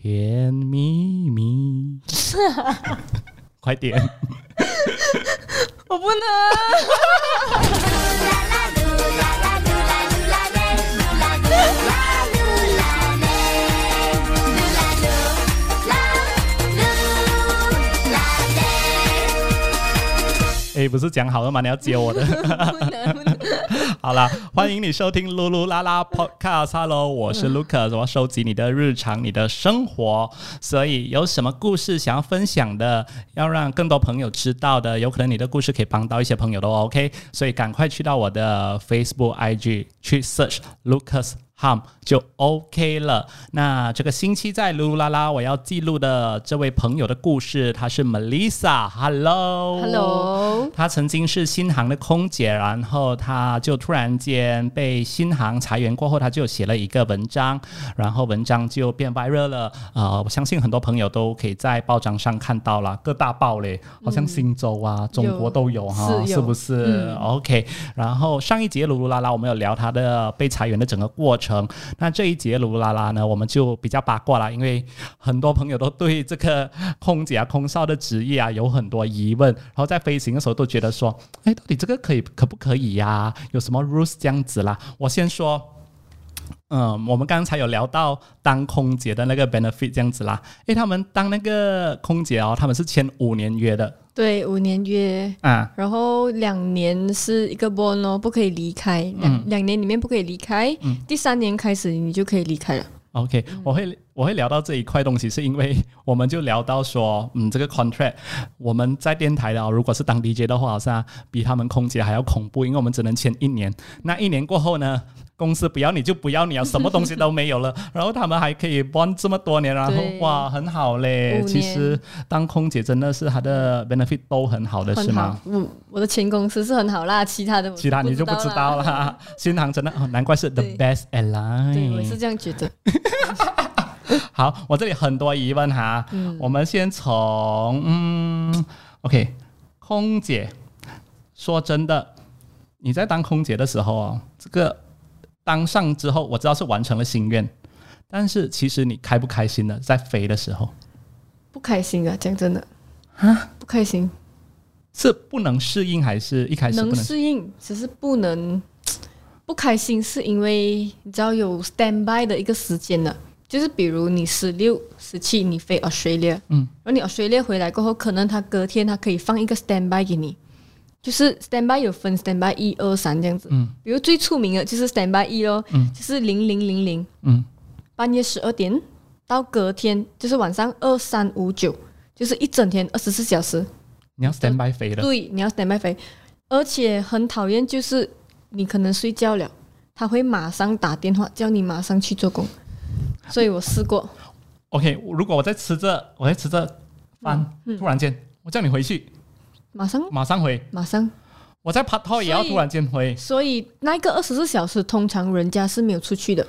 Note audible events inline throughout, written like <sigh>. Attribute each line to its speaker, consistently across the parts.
Speaker 1: 甜蜜蜜，快点！
Speaker 2: 我不 <laughs> 能。
Speaker 1: 哎、不是讲好了吗？你要接我的。 <laughs> 好啦，欢迎你收听噜噜啦啦 Podcast。Hello，我是 Lucas，我要收集你的日常、你的生活。所以有什么故事想要分享的，要让更多朋友知道的，有可能你的故事可以帮到一些朋友的哦。OK，所以赶快去到我的 Facebook、IG 去 search Lucas。Hum 就 OK 了。那这个星期在噜噜啦啦，我要记录的这位朋友的故事，她是 Melissa。Hello，Hello
Speaker 2: 哦 Hello，
Speaker 1: 她曾经是新航的空姐，然后她就突然间被新航裁员过后，她就写了一个文章，然后文章就变 viral 了。呃，我相信很多朋友都可以在报章上看到了，各大报嘞，好像新洲啊、中国都有哈，
Speaker 2: 是有嗯
Speaker 1: 是不是、o k 然后上一节噜噜啦啦，我们有聊她的被裁员的整个过程，那这一节噜噜啦啦呢，我们就比较八卦啦，因为很多朋友都对这个空姐啊、空少的职业啊有很多疑问，然后在飞行的时候都觉得说，哎，到底这个可以可不可以呀、有什么 rules 这样子啦？我先说。嗯，我们刚才有聊到当空姐的那个 benefit 这样子啦，诶，他们当那个空姐哦，他们是签五年约的
Speaker 2: 对，五年约，
Speaker 1: 啊，
Speaker 2: 然后两年是一个 bond 哦，不可以离开，
Speaker 1: 嗯
Speaker 2: 两、两年里面不可以离开，第三年开始你就可以离开了。
Speaker 1: OK，、我
Speaker 2: 嗯
Speaker 1: 会我会聊到这一块东西，是因为 <laughs> 我们就聊到说，嗯，这个 contract 我们在电台的、哦，如果是当 DJ 的话，好像比他们空姐还要恐怖，因为我们只能签一年。那一年过后呢，公司不要你就不要你啊，什么东西都没
Speaker 2: <laughs>
Speaker 1: 有了。然后他们还可以 bond 这么多年，然后
Speaker 2: 对
Speaker 1: 哇，很好嘞。
Speaker 2: 五
Speaker 1: 其
Speaker 2: 年嗯
Speaker 1: 实当空姐真的是她的 benefit 都很好的，是
Speaker 2: 很
Speaker 1: 吗
Speaker 2: 好？，我我的前公司是很好啦，其他的我
Speaker 1: 其他你就不知道
Speaker 2: 啦。
Speaker 1: 啦。新航真的，哦难怪是 the
Speaker 2: 对
Speaker 1: best
Speaker 2: 对，我是
Speaker 1: airline。
Speaker 2: 这样觉得。
Speaker 1: 好，我这里很多疑问哈，
Speaker 2: 嗯
Speaker 1: 我们先从嗯，OK，空姐，说真的，你在当空姐的时候哦，这个当上之后，我知道是完成了心愿，但是其实你开不开心呢？在飞的时候
Speaker 2: 不开心啊，讲真的啊，不开心，
Speaker 1: 是不能适应，还是一开始不
Speaker 2: 能
Speaker 1: 能？
Speaker 2: 适应，只是不能不开心，是因为你知道有 stand by 的一个时间了。就是比如你十六、十七你飞 Australia，嗯，然后你 Australia 回来过后，可能他隔天他可以放一个 stand by 给你，就是 stand by 有分 stand by 一二三这样子，嗯，比如最出名的就是 stand by 一咯，嗯，就是零零零零，
Speaker 1: 嗯，
Speaker 2: 半夜十二点到隔天就是晚上二三五九，就是一整天二十四小时，
Speaker 1: 你要 stand by 飞的，
Speaker 2: 对，你要 stand by 飞，而且很讨厌就是你可能睡觉了，他会马上打电话叫你马上去做工，所以我试过，
Speaker 1: OK，如果我在吃着我在吃着饭，
Speaker 2: 嗯
Speaker 1: 突然间我叫你回去，
Speaker 2: 马上
Speaker 1: 马上回。
Speaker 2: 马上，
Speaker 1: 我在拍拖也要
Speaker 2: 所以
Speaker 1: 突然间回，
Speaker 2: 所以那个二十四小时通常人家是没有出去的，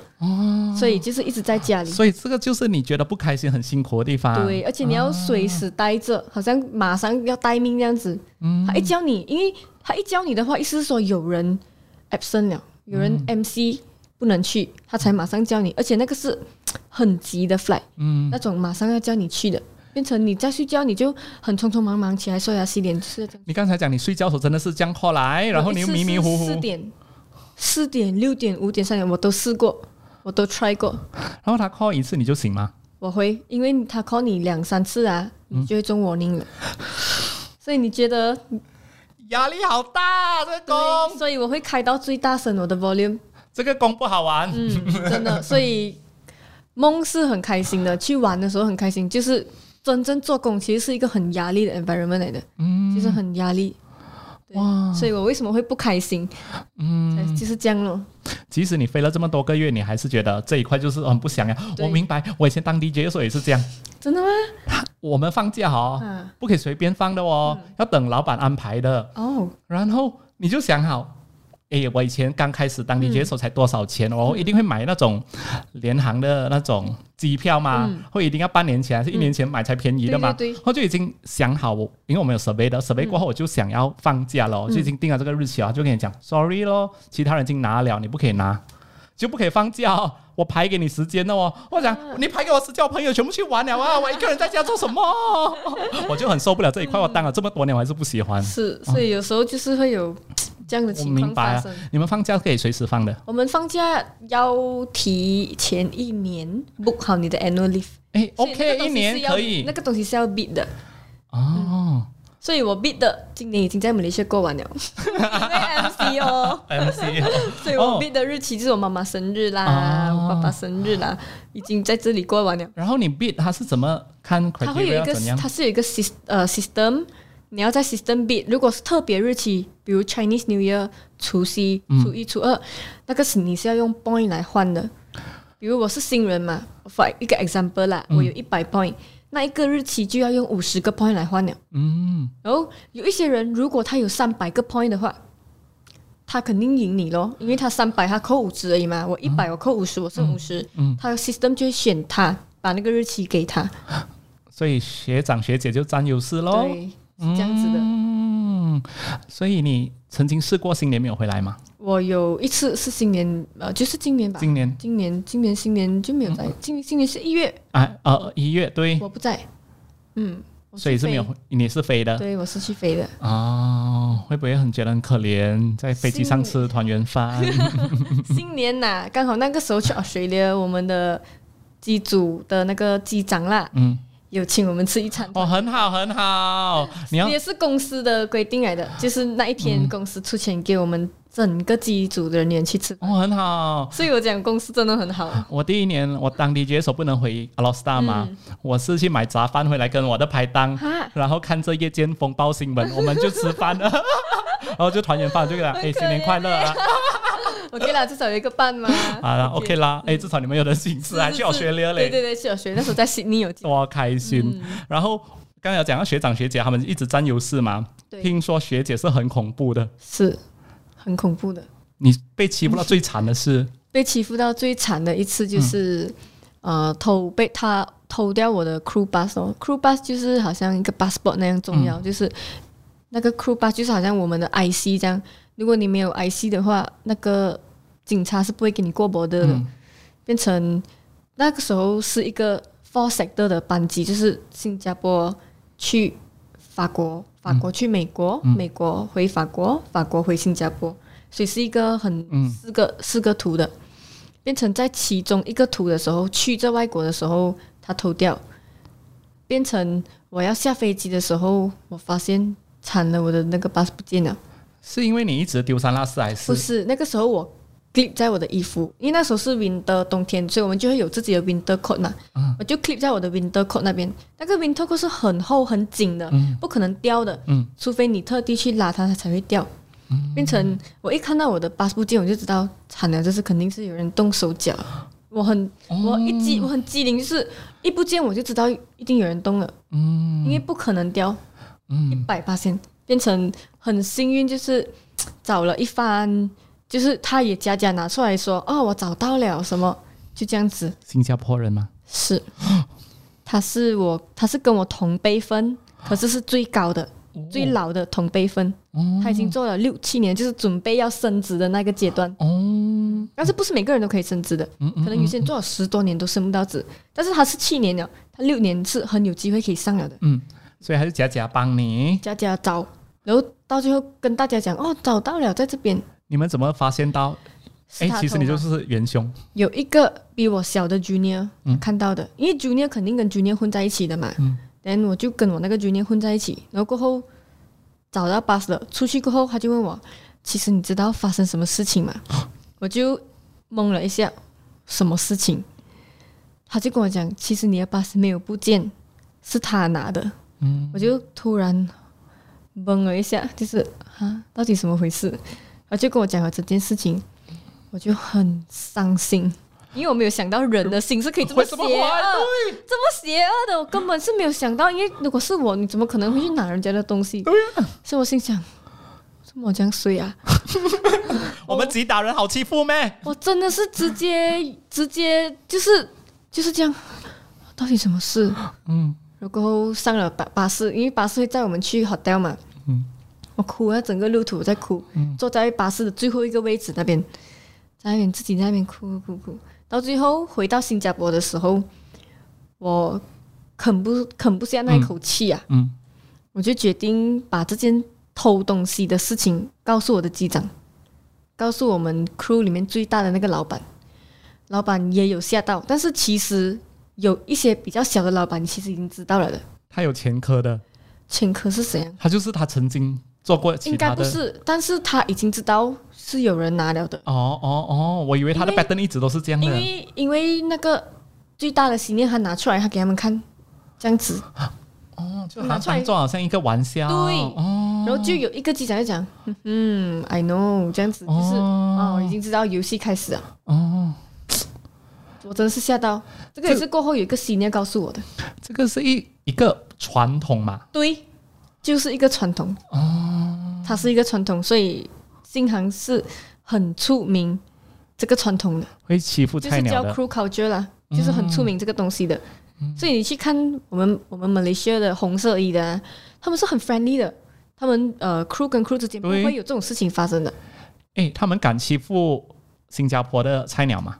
Speaker 2: 所以就是一直在家里。
Speaker 1: 所以这个就是你觉得不开心、很辛苦的地方。
Speaker 2: 对，而且你要随时待着，好像马上要待命这样子。
Speaker 1: 嗯
Speaker 2: 他一叫你，因为他一叫你的话，意思是说有人 absent 了，
Speaker 1: 嗯
Speaker 2: 有人 MC 不能去，他才马上叫你，而且那个是很急的 flight，那
Speaker 1: 嗯
Speaker 2: 种马上要叫你去的，变成你在睡觉你就很匆匆忙忙起来刷啊牙洗脸，就是这样。
Speaker 1: 你刚才讲你睡觉的时候真的是这样过来，哎然后你又
Speaker 2: 我一次
Speaker 1: 迷迷糊糊
Speaker 2: 是四，点、四点、六点、五点、三点，我都试过，我都 try 过。
Speaker 1: 然后他 call 一次你就醒吗？
Speaker 2: 我会，因为他 call 你两三次啊，
Speaker 1: 嗯
Speaker 2: 你就会中 warning 了。所以你觉得
Speaker 1: 压力好大，这个
Speaker 2: 对，
Speaker 1: 工
Speaker 2: 所以我会开到最大声我的 volume，
Speaker 1: 这个工不好玩。
Speaker 2: 真
Speaker 1: <laughs>
Speaker 2: 的。所以梦是很开心的，去玩的时候很开心，就是真正做工其实是一个很压力的 environment 来的，嗯，就是很压力。对，
Speaker 1: 哦
Speaker 2: 所以我为什么会不开心？嗯，就是这样咯。
Speaker 1: 即使你飞了这么多个月，你还是觉得这一块就是很不想要。
Speaker 2: 对
Speaker 1: 我明白，我以前当 DJ 的时候也是这样，
Speaker 2: 真的吗？
Speaker 1: 我们放假哦，
Speaker 2: 嗯
Speaker 1: 不可以随便放的哦，要等老板安排的。
Speaker 2: 哦，
Speaker 1: 然后你就想好，诶，我以前刚开始当 DJ 的时候才多少钱，我
Speaker 2: 嗯
Speaker 1: 一定会买那种联航的那种机票嘛，会一定要半年前还是一年前买才便宜的嘛，
Speaker 2: 嗯对对对
Speaker 1: 我就已经想好我，因为我们有 survey 的，survey 过后我就想要
Speaker 2: 嗯
Speaker 1: 放假了，我就已经定了这个日期了，就跟你讲 sorry 咯，其他人已经拿了，你不可以拿。就不可以放假哦，我排给你时间的哦。我讲
Speaker 2: 嗯
Speaker 1: 你排给我时间，我朋友全部去玩了啊，我一个人在家做什么？ <laughs> 我就很受不了这一块，我当了这么多年，我还是不喜欢。
Speaker 2: 是，所以有时候就是会有这样的
Speaker 1: 我
Speaker 2: 情
Speaker 1: 明
Speaker 2: 况
Speaker 1: 白
Speaker 2: 发
Speaker 1: 啊
Speaker 2: 生。，
Speaker 1: 你们放假可以随时放的。
Speaker 2: 我们放假要提前一年 book 好你的 annual leave。
Speaker 1: 哎
Speaker 2: 所以那个
Speaker 1: ，OK，
Speaker 2: 东
Speaker 1: 一
Speaker 2: 西是
Speaker 1: 年
Speaker 2: 要
Speaker 1: 可以
Speaker 2: <laughs> 那个东西是要 bid 的，
Speaker 1: 哦。
Speaker 2: 所以我 bid 的今年已经在马来西亚过完了，因为 MC 哦，
Speaker 1: MC
Speaker 2: 所以
Speaker 1: 哦
Speaker 2: 我 bid 的日期就是我妈妈生日啦，
Speaker 1: 啊
Speaker 2: 我爸爸生日啦，已经在这里过完了。
Speaker 1: 然后你 bid 它是怎么看
Speaker 2: 它会
Speaker 1: criteria
Speaker 2: 有
Speaker 1: 要
Speaker 2: 一个
Speaker 1: 怎，样？
Speaker 2: 它是有一个 sys 呃 system，你要在 system bid，如果是特别日期，比如 Chinese New Year、除夕、
Speaker 1: 嗯
Speaker 2: 初一、初二，那个是你是要用 point 来换的。比如我是新人嘛，for 一个 example 啦，
Speaker 1: 嗯
Speaker 2: 我有一百 point，、那一个日期就要用五十个 point 来换了。
Speaker 1: 嗯，
Speaker 2: 然后有一些人，如果他有三百个 point 的话，他肯定赢你咯，因为他三百他扣五十而已嘛，我一百我扣五十，我剩五十、
Speaker 1: 嗯
Speaker 2: 他的 system 就会选他，把那个日期给他，
Speaker 1: 所以学长学姐就占优势喽。
Speaker 2: 对，是这样子的。
Speaker 1: 嗯，所以你曾经试过新年没有回来吗？
Speaker 2: 我有一次是新年，呃，就是今年吧，
Speaker 1: 今嗯年
Speaker 2: 今年今年新年就没有在，今今年是一月，
Speaker 1: 啊呃一月对，
Speaker 2: 我不在，嗯，我去
Speaker 1: 所以是没有
Speaker 2: 飞
Speaker 1: 回，嗯你是飞的
Speaker 2: 对我是去飞的，
Speaker 1: 哦，会不会很觉得很可怜，在飞机上吃团圆饭？嗯
Speaker 2: 新年呐、刚好那个时候去 Australia，我们的机组的那个机长啦，
Speaker 1: 嗯，
Speaker 2: 有请我们吃一餐。
Speaker 1: 哦，很好很好，你要哦嗯
Speaker 2: 也是公司的规定来的，就是那一天公司出钱给我们整个机组的人员去吃，
Speaker 1: 哦很好。
Speaker 2: 所以我讲公司真的很好。
Speaker 1: 我第一年我当 DJ 的时候不能回阿拉斯加嘛，
Speaker 2: 嗯
Speaker 1: 我是去买杂饭回来跟我的排档
Speaker 2: <laughs> 哈，
Speaker 1: 然后看着夜间风暴新闻，我们就吃饭
Speaker 2: <laughs>
Speaker 1: 了，然后就团圆饭，就给他哎
Speaker 2: 很可
Speaker 1: 新年快乐
Speaker 2: <laughs>
Speaker 1: 啊，
Speaker 2: OK 啦，至少有一个伴嘛。
Speaker 1: 好啦 OK 啦，哎至少你们有人请吃啊，
Speaker 2: 嗯是
Speaker 1: 去我学了
Speaker 2: 对嗯
Speaker 1: 嘞，
Speaker 2: 对对，去小学那时候在悉尼有
Speaker 1: 多开心。然后刚才有讲到学长学姐他们一直占优势嘛，
Speaker 2: 对
Speaker 1: 听说学姐是很恐怖的，
Speaker 2: <laughs> 是很恐怖的。
Speaker 1: 你被欺负到最惨的是，
Speaker 2: 被欺负到最惨的一次
Speaker 1: 嗯
Speaker 2: 就是，呃，偷被他偷掉我的 crew bus 哦，crew bus 就是好像一个 passport 那样重
Speaker 1: 嗯
Speaker 2: 要，就是那个 crew bus 就是好像我们的 IC 这样，如果你没有 IC 的话，那个警察是不会给你过驳的，
Speaker 1: 嗯
Speaker 2: 变成那个时候是一个 four sector 的班机，就是新加坡去法国，法国去美国，美国回法国，法国回新加坡，所以是一个很
Speaker 1: 嗯
Speaker 2: 四个、四个图的，变成在其中一个图的时候，去在外国的时候他偷掉，变成我要下飞机的时候，我发现惨了，我的那个 bus 不见了。
Speaker 1: 是因为你一直丢三落四还
Speaker 2: 不
Speaker 1: 是？
Speaker 2: 是，那个时候我 clip 在我的衣服，因为那时候是 winter 冬天，所以我们就会有自己的 winter coat 嘛，
Speaker 1: 啊
Speaker 2: 我就 clip 在我的 winter coat 那边。那个 winter coat 是很厚很紧的，不可能掉的，
Speaker 1: 嗯
Speaker 2: 除非你特地去拉它，它才会掉。变成我一看到我的 bus 不见，我就知道惨了，这是肯定是有人动手脚。我很
Speaker 1: 哦
Speaker 2: 我一机我很机灵，就是一不见我就知道一定有人动了，
Speaker 1: 嗯
Speaker 2: 因为不可能掉。一
Speaker 1: 嗯
Speaker 2: 百八千，变成很幸运，就是嘖找了一番，就是他也假假拿出来说，哦，我找到了什么，就这样子。
Speaker 1: 新加坡人嘛，
Speaker 2: 是，他是我，他是跟我同辈分，可是是最高的、最老的同辈分，
Speaker 1: 哦
Speaker 2: 他已经做了六七年，就是准备要升职的那个阶段。
Speaker 1: 哦。
Speaker 2: 但是不是每个人都可以升职的，
Speaker 1: 嗯
Speaker 2: 可能有些人做了十多年都升不到职，但是他是七年了，他六年是很有机会可以上了的。
Speaker 1: 嗯，所以还是假假帮你。
Speaker 2: 家家找，然后到最后跟大家讲哦，找到了，在这边。
Speaker 1: 你们怎么发现到？
Speaker 2: 是
Speaker 1: 哎
Speaker 2: 他，
Speaker 1: 其实
Speaker 2: 偷
Speaker 1: 你就
Speaker 2: 吗
Speaker 1: 是元凶。
Speaker 2: 有一个比我小的 junior 看到的，因为 junior 肯定跟 junior 混在一起的嘛，
Speaker 1: 嗯
Speaker 2: 然后我就跟我那个 junior 混在一起，然后过后找到 bus 了，出去过后他就问我，其实你知道发生什么事情吗？ <gasps> 我就懵了一下，什么事情？他就跟我讲，其实你的 bus 没有部件，是他拿的。
Speaker 1: 嗯，
Speaker 2: 我就突然懵了一下，就是啊，到底什么回事？他就跟我讲了这件事情，我就很伤心，因为我没有想到人的心是可以这么啊
Speaker 1: 为什
Speaker 2: 邪恶
Speaker 1: 么还，
Speaker 2: 这么邪恶的，我根本是没有想到。因为如果是我，你怎么可能会去拿人家的东西？所以我心想，怎么这样衰啊？
Speaker 1: <laughs> 我们吉打人好欺负咩？
Speaker 2: 我真的是直接直接就是就是这样，到底什么事？
Speaker 1: 嗯，
Speaker 2: 然后上了巴巴士，因为巴士会载我们去 hotel 嘛。
Speaker 1: 嗯
Speaker 2: 我哭啊，整个路途我在哭，坐在巴士的最后一个位置那边，在那边自己在那边哭哭哭，到最后回到新加坡的时候，我啃不啃不下那一口气啊，
Speaker 1: 嗯
Speaker 2: 我就决定把这件偷东西的事情告诉我的机长，告诉我们 crew 里面最大的那个老板，老板也有吓到，但是其实有一些比较小的老板其实已经知道了的，
Speaker 1: 他有前科的，
Speaker 2: 前科是怎样？
Speaker 1: 他就是他曾经做过其
Speaker 2: 应该
Speaker 1: 他
Speaker 2: 不
Speaker 1: 的。
Speaker 2: 是，但是他已经知道是有人拿了的。
Speaker 1: 哦哦哦，我以为他的
Speaker 2: 因为
Speaker 1: pattern 一直都是这样
Speaker 2: 因
Speaker 1: 的。
Speaker 2: 为因为那个最大的信念，他拿出来，他给他们看，这样子，
Speaker 1: 哦，就
Speaker 2: 拿
Speaker 1: 好
Speaker 2: 出来
Speaker 1: 像做好像一个玩笑。
Speaker 2: 对
Speaker 1: 哦，
Speaker 2: 然后就有一个机长就讲，嗯，I know，这样子就是
Speaker 1: 哦
Speaker 2: 哦，已经知道游戏开始了。
Speaker 1: 哦，
Speaker 2: 我真是吓到，这个也是过后有一个信念告诉我的，
Speaker 1: 这个是一一个传统嘛。
Speaker 2: 对，就是一个传统，哦，它是一个传统，所以新航是很出名这个传统的。
Speaker 1: 会欺负
Speaker 2: 就
Speaker 1: 菜
Speaker 2: 是
Speaker 1: 鸟
Speaker 2: 叫
Speaker 1: 的。
Speaker 2: crew culture 啦，就是很出名这个东西的。所以你去看我们我们马来西亚的红色衣的啊、他们是很 friendly 的，他们呃 crew 跟 crew 之间不
Speaker 1: 对
Speaker 2: 会有这种事情发生的。
Speaker 1: 诶，他们敢欺负新加坡的菜鸟吗？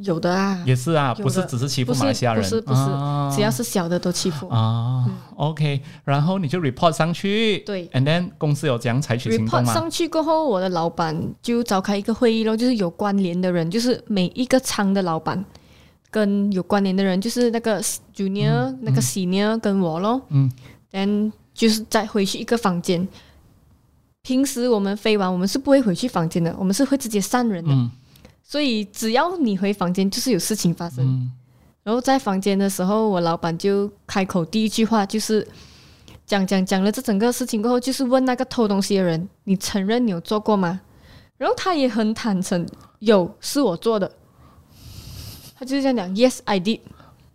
Speaker 2: 有的啊，
Speaker 1: 也是啊，
Speaker 2: 有的
Speaker 1: 不是只是欺负
Speaker 2: 不是
Speaker 1: 马来西亚人，
Speaker 2: 不是不是
Speaker 1: 啊
Speaker 2: 只要是小的都欺负。
Speaker 1: 啊、o k 然后你就 report 上去，
Speaker 2: 嗯对
Speaker 1: ，and then 公司有怎样采取行动
Speaker 2: report
Speaker 1: 吗？
Speaker 2: 上去过后，我的老板就召开一个会议咯，就是有关联的人，就是每一个仓的老板跟有关联的人，就是那个 junior、那个 senior 跟我咯。
Speaker 1: 嗯
Speaker 2: ，then 就是再回去一个房间。平时我们飞完，我们是不会回去房间的，我们是会直接散人的。
Speaker 1: 嗯
Speaker 2: 所以只要你回房间，就是有事情发生。
Speaker 1: 嗯
Speaker 2: 然后在房间的时候，我老板就开口第一句话就是讲讲讲了这整个事情过后，就是问那个偷东西的人：“你承认你有做过吗？”然后他也很坦诚，有是我做的。他就是这
Speaker 1: <laughs>
Speaker 2: 样讲，Yes I did。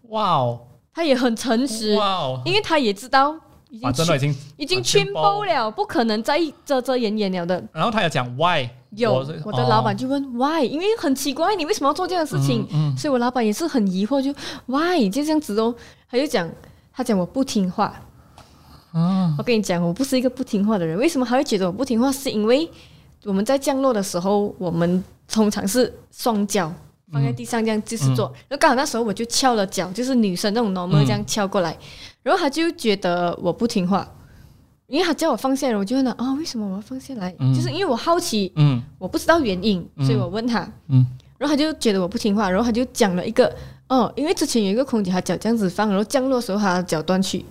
Speaker 1: 哇哦，
Speaker 2: 他也很诚实，
Speaker 1: 哇哦，
Speaker 2: 因为他也知道已
Speaker 1: 啊，
Speaker 2: 经
Speaker 1: 真的已
Speaker 2: 去
Speaker 1: 经，
Speaker 2: 已经
Speaker 1: 啊全
Speaker 2: 圈
Speaker 1: 包
Speaker 2: 包了，不可能再遮遮掩掩了的。
Speaker 1: 然后他有讲 why，
Speaker 2: 有
Speaker 1: 是哦
Speaker 2: 我的老板就问 why，因为很奇怪，你为什么要做这样的事情？
Speaker 1: 嗯
Speaker 2: 所以我老板也是很疑惑，就 why 就这样子哦，他就讲，他讲我不听话。
Speaker 1: 啊，
Speaker 2: 我跟你讲，我不是一个不听话的人。为什么他会觉得我不听话？是因为我们在降落的时候，我们通常是双脚
Speaker 1: 嗯
Speaker 2: 放在地上这样就是做，然后刚好那时候我就翘了脚，就是女生那种 normal
Speaker 1: 嗯
Speaker 2: 这样翘过来，然后他就觉得我不听话，因为他叫我放下来，我就问他啊、为什么我要放下来？
Speaker 1: 嗯
Speaker 2: 就是因为我好奇，
Speaker 1: 嗯
Speaker 2: 我不知道原因，
Speaker 1: 嗯
Speaker 2: 所以我问他，
Speaker 1: 嗯
Speaker 2: 然后他就觉得我不听话，然后他就讲了一个，哦，因为之前有一个空姐，她脚这样子放，然后降落的时候她的脚断去，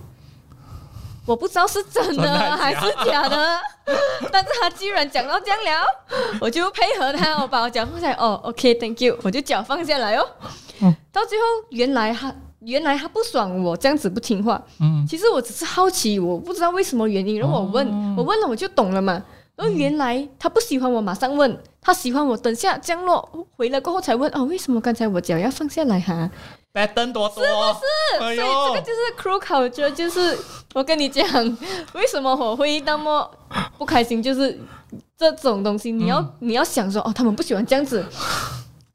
Speaker 2: 我不知道是真
Speaker 1: 真的
Speaker 2: 的啊
Speaker 1: 还
Speaker 2: 还
Speaker 1: 是
Speaker 2: 是假的， <laughs> 但是他居然讲到这样了，我就配合他，我把我脚放下来，哦，OK，Thank、you，我就脚放下来哦，
Speaker 1: 嗯
Speaker 2: 到最后原来他原来他不爽我这样子不听话，
Speaker 1: 嗯，
Speaker 2: 其实我只是好奇，我不知道为什么原因，然后我问，
Speaker 1: 哦
Speaker 2: 我问了我就懂了
Speaker 1: 嗯
Speaker 2: 嘛。然后原来他不喜欢我，马上问他喜欢我，等下降落回来过后才问哦，为什么刚才我脚要放下来哈、
Speaker 1: 拜登多多，是
Speaker 2: 所
Speaker 1: 哎
Speaker 2: 以
Speaker 1: 呦，
Speaker 2: 这个就是 crew culture，就是我跟你讲，为什么我会那么不开心，就是这种东西，你要、
Speaker 1: 嗯
Speaker 2: 你要想说哦，他们不喜欢这样子，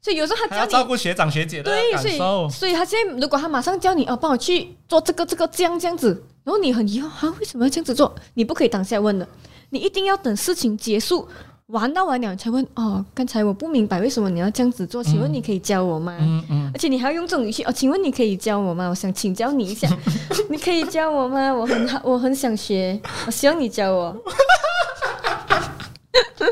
Speaker 2: 所以有时候
Speaker 1: 还
Speaker 2: 他
Speaker 1: 要
Speaker 2: 叫
Speaker 1: 照
Speaker 2: 你。
Speaker 1: 顾学长学姐的
Speaker 2: 对，
Speaker 1: 感
Speaker 2: 所以
Speaker 1: 受，
Speaker 2: 所以他现在如果他马上叫你哦，帮我去做这个这个这样这样子，然后你很疑惑啊，为什么要这样子做？你不可以当下问的，你一定要等事情结束。玩到完了你才问哦，刚才我不明白为什么你要这样子做，请问你可以教我吗？
Speaker 1: 嗯嗯，
Speaker 2: 而且你还要用这种语气哦，请问你可以教我吗？我想请教你一下，你可以教我吗？我很好，我很想学，我希望你教我。 <laughs>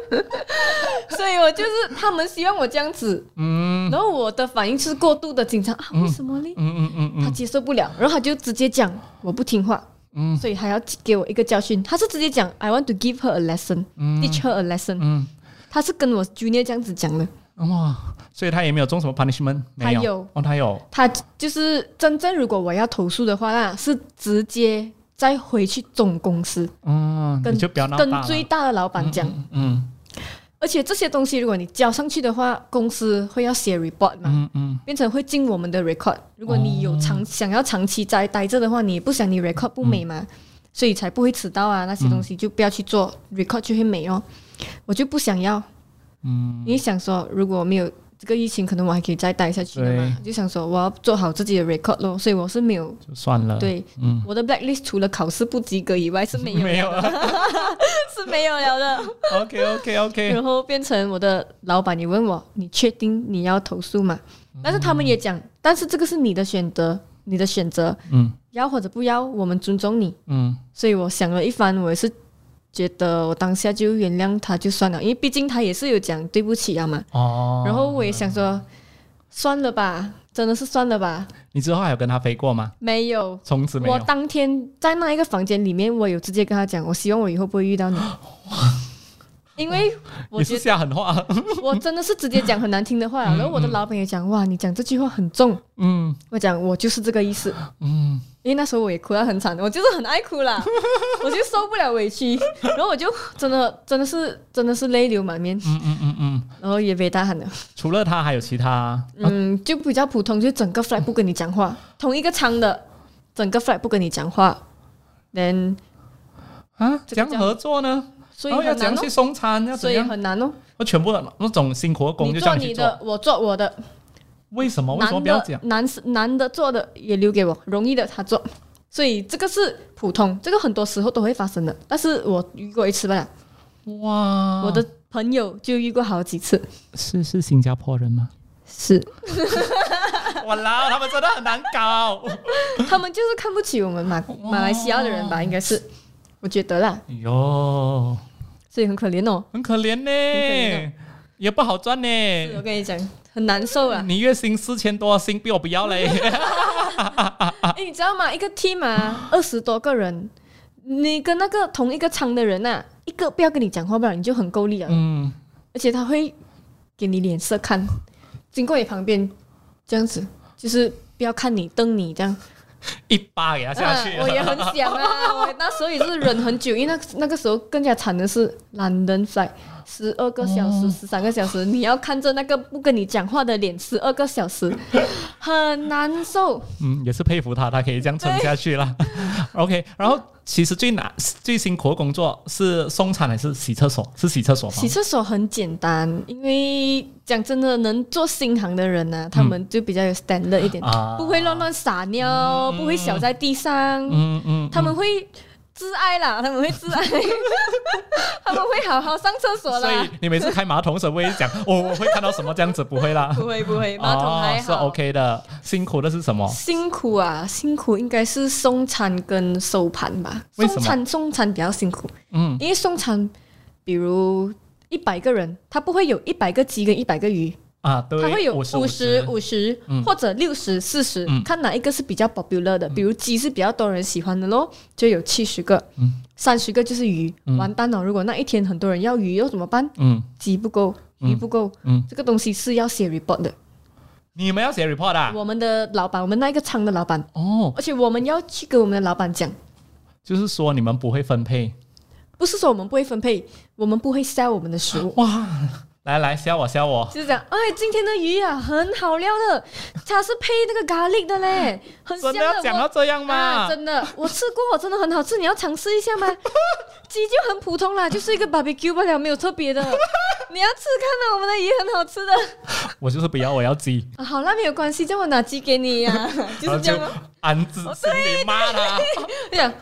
Speaker 2: 所以我就是他们希望我这样子，
Speaker 1: 嗯
Speaker 2: <laughs> 然后我的反应就是过度的紧张啊，为什么呢？
Speaker 1: 嗯嗯
Speaker 2: 他
Speaker 1: 嗯
Speaker 2: 接受不了，然后他就直接讲我不听话，
Speaker 1: 嗯
Speaker 2: 所以还要给我一个教训。他是直接讲 I want to give her a lesson,
Speaker 1: 嗯
Speaker 2: teach her a lesson。
Speaker 1: 嗯
Speaker 2: 他是跟我 junior 这样子讲的，
Speaker 1: 嗯，哇，所以他也没有中什么 punishment，没
Speaker 2: 他有
Speaker 1: 哦，他有，
Speaker 2: 他就是真正如果我要投诉的话啦，是直接再回去总公司
Speaker 1: 嗯，
Speaker 2: 跟
Speaker 1: 你就不要闹大
Speaker 2: 跟
Speaker 1: 了
Speaker 2: 最大的老板讲。
Speaker 1: 嗯嗯
Speaker 2: 而且这些东西如果你交上去的话，公司会要写 report 嘛。
Speaker 1: 嗯嗯
Speaker 2: 变成会进我们的 record。如果你
Speaker 1: 哦
Speaker 2: 有长、想要长期在待着的话，你也不想你
Speaker 1: 嗯
Speaker 2: record 不美嘛，所以才不会迟到啊那些东西就不要去做、record 就会美哦。我就不想要，
Speaker 1: 嗯
Speaker 2: 因为想说如果没有这个疫情可能我还可以再待下去的嘛，就想说我要做好自己的 record 咯，所以我是没有
Speaker 1: 就算了。，
Speaker 2: 对、
Speaker 1: 嗯，
Speaker 2: 我的 blacklist 除了考试不及格以外是没有
Speaker 1: <laughs> 没有啊
Speaker 2: 了 <laughs> 的是没有了的。
Speaker 1: OK OK OK，
Speaker 2: 然后变成我的老板也问我，你确定你要投诉吗？但是他们也讲，但是这个是你的选择，你的选择
Speaker 1: 嗯
Speaker 2: 要或者不要，我们尊重你。
Speaker 1: 嗯
Speaker 2: 所以我想了一番，我也是觉得我当下就原谅他就算了，因为毕竟他也是有讲对不起啊嘛。
Speaker 1: 哦。
Speaker 2: 然后我也想说，算了吧，真的是算了吧，
Speaker 1: 你之后还有跟他飞过吗？
Speaker 2: 没有。
Speaker 1: 从此没
Speaker 2: 我
Speaker 1: 有。
Speaker 2: 当天在那一个房间里面，我有直接跟他讲，我希望我以后不会遇到 <laughs> 你，因为我
Speaker 1: 你
Speaker 2: 觉
Speaker 1: 是
Speaker 2: 得。
Speaker 1: 下狠话，
Speaker 2: 我真的是直接讲很难听的话啊，
Speaker 1: 嗯
Speaker 2: 然后我的老板也讲，哇，你讲这句话很重。
Speaker 1: <laughs> 嗯
Speaker 2: 我讲我就是这个意思，
Speaker 1: 嗯，
Speaker 2: 因为那时候我也哭得很惨，我就是很爱哭
Speaker 1: <laughs>
Speaker 2: 啦，我就受不了委屈，然后我就真的真的是真的是泪流满面，
Speaker 1: 嗯嗯嗯嗯，
Speaker 2: 然后也被大喊了，
Speaker 1: 除了他还有其他，
Speaker 2: 嗯，就比较普通，就整个 flat 不跟你讲话，同一个仓的整个 flat 不跟你讲话，then
Speaker 1: 啊，
Speaker 2: 这
Speaker 1: 怎
Speaker 2: 个
Speaker 1: 样合作呢？
Speaker 2: 所
Speaker 1: 然
Speaker 2: 以
Speaker 1: 后要
Speaker 2: 很
Speaker 1: 怎样
Speaker 2: 难
Speaker 1: 去
Speaker 2: 哦，
Speaker 1: 送餐，要
Speaker 2: 所
Speaker 1: 怎
Speaker 2: 以
Speaker 1: 样？
Speaker 2: 很难哦，
Speaker 1: 我全部的那种辛苦的工
Speaker 2: 你
Speaker 1: 就叫
Speaker 2: 你
Speaker 1: 去做
Speaker 2: 的，，我做我的，
Speaker 1: 为什么？为什么
Speaker 2: 男
Speaker 1: 不要
Speaker 2: 的
Speaker 1: 讲？
Speaker 2: 男是男的做的也留给我，容易的他做，所以这个是普通，这个很多时候都会发生的。但是我遇过一次罢了，
Speaker 1: 哇，
Speaker 2: 我的朋友就遇过好几次。
Speaker 1: 是是新加坡人吗？ <laughs>
Speaker 2: 是，
Speaker 1: 我啦，他们真的很难搞。
Speaker 2: 他们就是看不起我们马
Speaker 1: 哇
Speaker 2: 马来西亚的人
Speaker 1: 哦
Speaker 2: 吧，应该是，我觉得啦，
Speaker 1: 哟，
Speaker 2: 所以很可怜哦。
Speaker 1: 很可怜呢、
Speaker 2: 怜啊
Speaker 1: 也不好赚呢、
Speaker 2: 是啊我跟你讲，很难受啊。
Speaker 1: <laughs> 你月薪四千多，薪比我不要嘞。啊
Speaker 2: 哎，你知道吗？一个 team 啊，二十多个人，你跟那个同一个仓的人呐、啊，一个不要跟你讲话，不然你就很够力啊。
Speaker 1: 嗯，
Speaker 2: 而且他会给你脸色看，经过你旁边这样子，就是不要看你瞪你这样。
Speaker 1: <laughs> 一巴给他下去
Speaker 2: 啊我也很想啊，我那时候也是忍很久，因为那那个时候更加惨的是懒人赛。十二个小时，十三个小时，你要看着那个不跟你讲话的脸，十二个小时，很难受。
Speaker 1: 嗯，也是佩服他，他可以这样撑下去
Speaker 2: <laughs>
Speaker 1: 啦。OK，然后其实最难、最辛苦的工作是送餐还是洗厕所？是洗厕所吗
Speaker 2: 洗？厕所很简单，因为讲真的，能做新行的人啊呢、他们就比较有 standard 一点，
Speaker 1: 嗯啊
Speaker 2: 不会乱乱撒尿，不会小在地上，
Speaker 1: 嗯嗯，
Speaker 2: 他们会自爱啦，他们会自爱，他们会好好上厕
Speaker 1: 所
Speaker 2: 所啦
Speaker 1: 以。你每次开马桶的时候不会讲，哦，我会看到什么这样子，不会
Speaker 2: <laughs>
Speaker 1: 啦。
Speaker 2: 不会不会，马桶还
Speaker 1: 哦、是
Speaker 2: 好。
Speaker 1: OK 的，辛苦的是什么？
Speaker 2: 辛苦啊，辛苦应该是送餐跟收盘吧。
Speaker 1: 为
Speaker 2: 送
Speaker 1: 什么
Speaker 2: 餐送餐比较辛苦，
Speaker 1: 嗯
Speaker 2: 因为送餐，比如一百个人，他不会有一百个鸡跟一百个鱼，
Speaker 1: 啊，对，
Speaker 2: 他会有
Speaker 1: 50
Speaker 2: 五十、五十
Speaker 1: 嗯
Speaker 2: 或者六十、四十
Speaker 1: 嗯，
Speaker 2: 看哪一个是比较 popular 的。比如鸡是比较多人喜欢的咯，就有七十个
Speaker 1: 嗯，
Speaker 2: 三十个就是鱼
Speaker 1: 嗯，
Speaker 2: 完蛋了！如果那一天很多人要鱼，又怎么办？
Speaker 1: 嗯
Speaker 2: 鸡不够，
Speaker 1: 嗯
Speaker 2: 鱼不够，
Speaker 1: 嗯，
Speaker 2: 这个东西是要写 report 的。
Speaker 1: 你们要写 report 啊？
Speaker 2: 我们的老板，我们那一个仓的老板，
Speaker 1: 哦，
Speaker 2: 而且我们要去跟我们的老板讲，
Speaker 1: 就是说你们不会分配。
Speaker 2: 不是说我们不会分配，我们不会 sell 我们的食物
Speaker 1: 哇？来来，笑我笑我，
Speaker 2: 就是讲，哎，今天的鱼啊，很好料的，它是配那个咖喱的嘞，很
Speaker 1: <laughs>
Speaker 2: 香
Speaker 1: 真的要讲到
Speaker 2: 我
Speaker 1: 这样吗？
Speaker 2: 啊，真的，我吃过，真的很好吃，你要尝试一下
Speaker 1: <laughs>
Speaker 2: 吗？鸡就很普通啦，就是一个 barbecue 罢了，没有特
Speaker 1: <laughs>
Speaker 2: 别的。你要吃看到我们的鱼很好吃的，
Speaker 1: 我就是不要，我要鸡，
Speaker 2: 啊、好啦，没有关系，叫我拿鸡给你呀、啊
Speaker 1: <laughs>
Speaker 2: 就是这
Speaker 1: 然
Speaker 2: 样
Speaker 1: 后
Speaker 2: 吗？
Speaker 1: 就暗自心里骂他
Speaker 2: <laughs> 哎呀，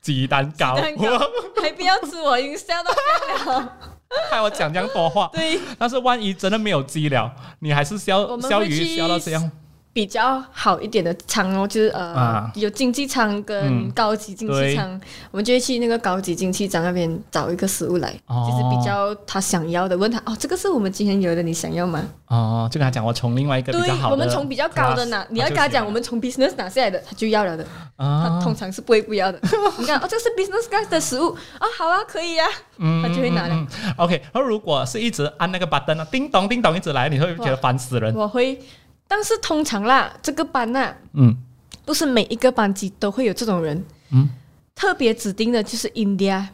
Speaker 1: 鸡蛋糕，
Speaker 2: 蛋糕
Speaker 1: <laughs>
Speaker 2: 还不要吃我，已经吓到干了。
Speaker 1: 害我讲这样多话。
Speaker 2: 对，
Speaker 1: 但是万一真的没有鸡了，你还是
Speaker 2: 我
Speaker 1: 消
Speaker 2: 们会
Speaker 1: 消鱼
Speaker 2: 去
Speaker 1: 消到这样，
Speaker 2: 比较好一点的仓哦，就是呃、
Speaker 1: 啊
Speaker 2: 有经济舱跟
Speaker 1: 嗯
Speaker 2: 高级经济舱，我们就会去那个高级经济舱那边找一个食物来，
Speaker 1: 哦
Speaker 2: 就是比较他想要的，问他哦，这个是我们今天有的，你想要吗？
Speaker 1: 哦，就跟他讲我从另外一个比较好的，
Speaker 2: 我们从比较高的拿，你要跟他讲我们从 business 拿下来的，他就要了的，他
Speaker 1: 啊，
Speaker 2: 通常是不会不要的。你看哦，这个是 business guy 的食物啊，好啊，可以啊，
Speaker 1: 嗯
Speaker 2: 他就会拿了。
Speaker 1: 嗯嗯 OK，然后如果是一直按那个 button 啊，叮咚叮咚一直来，你会觉得烦死人。
Speaker 2: 我会，但是通常啦，这个班呐、
Speaker 1: 嗯
Speaker 2: 不是每一个班级都会有这种人，
Speaker 1: 嗯，哦
Speaker 2: 特别指定的就是 India。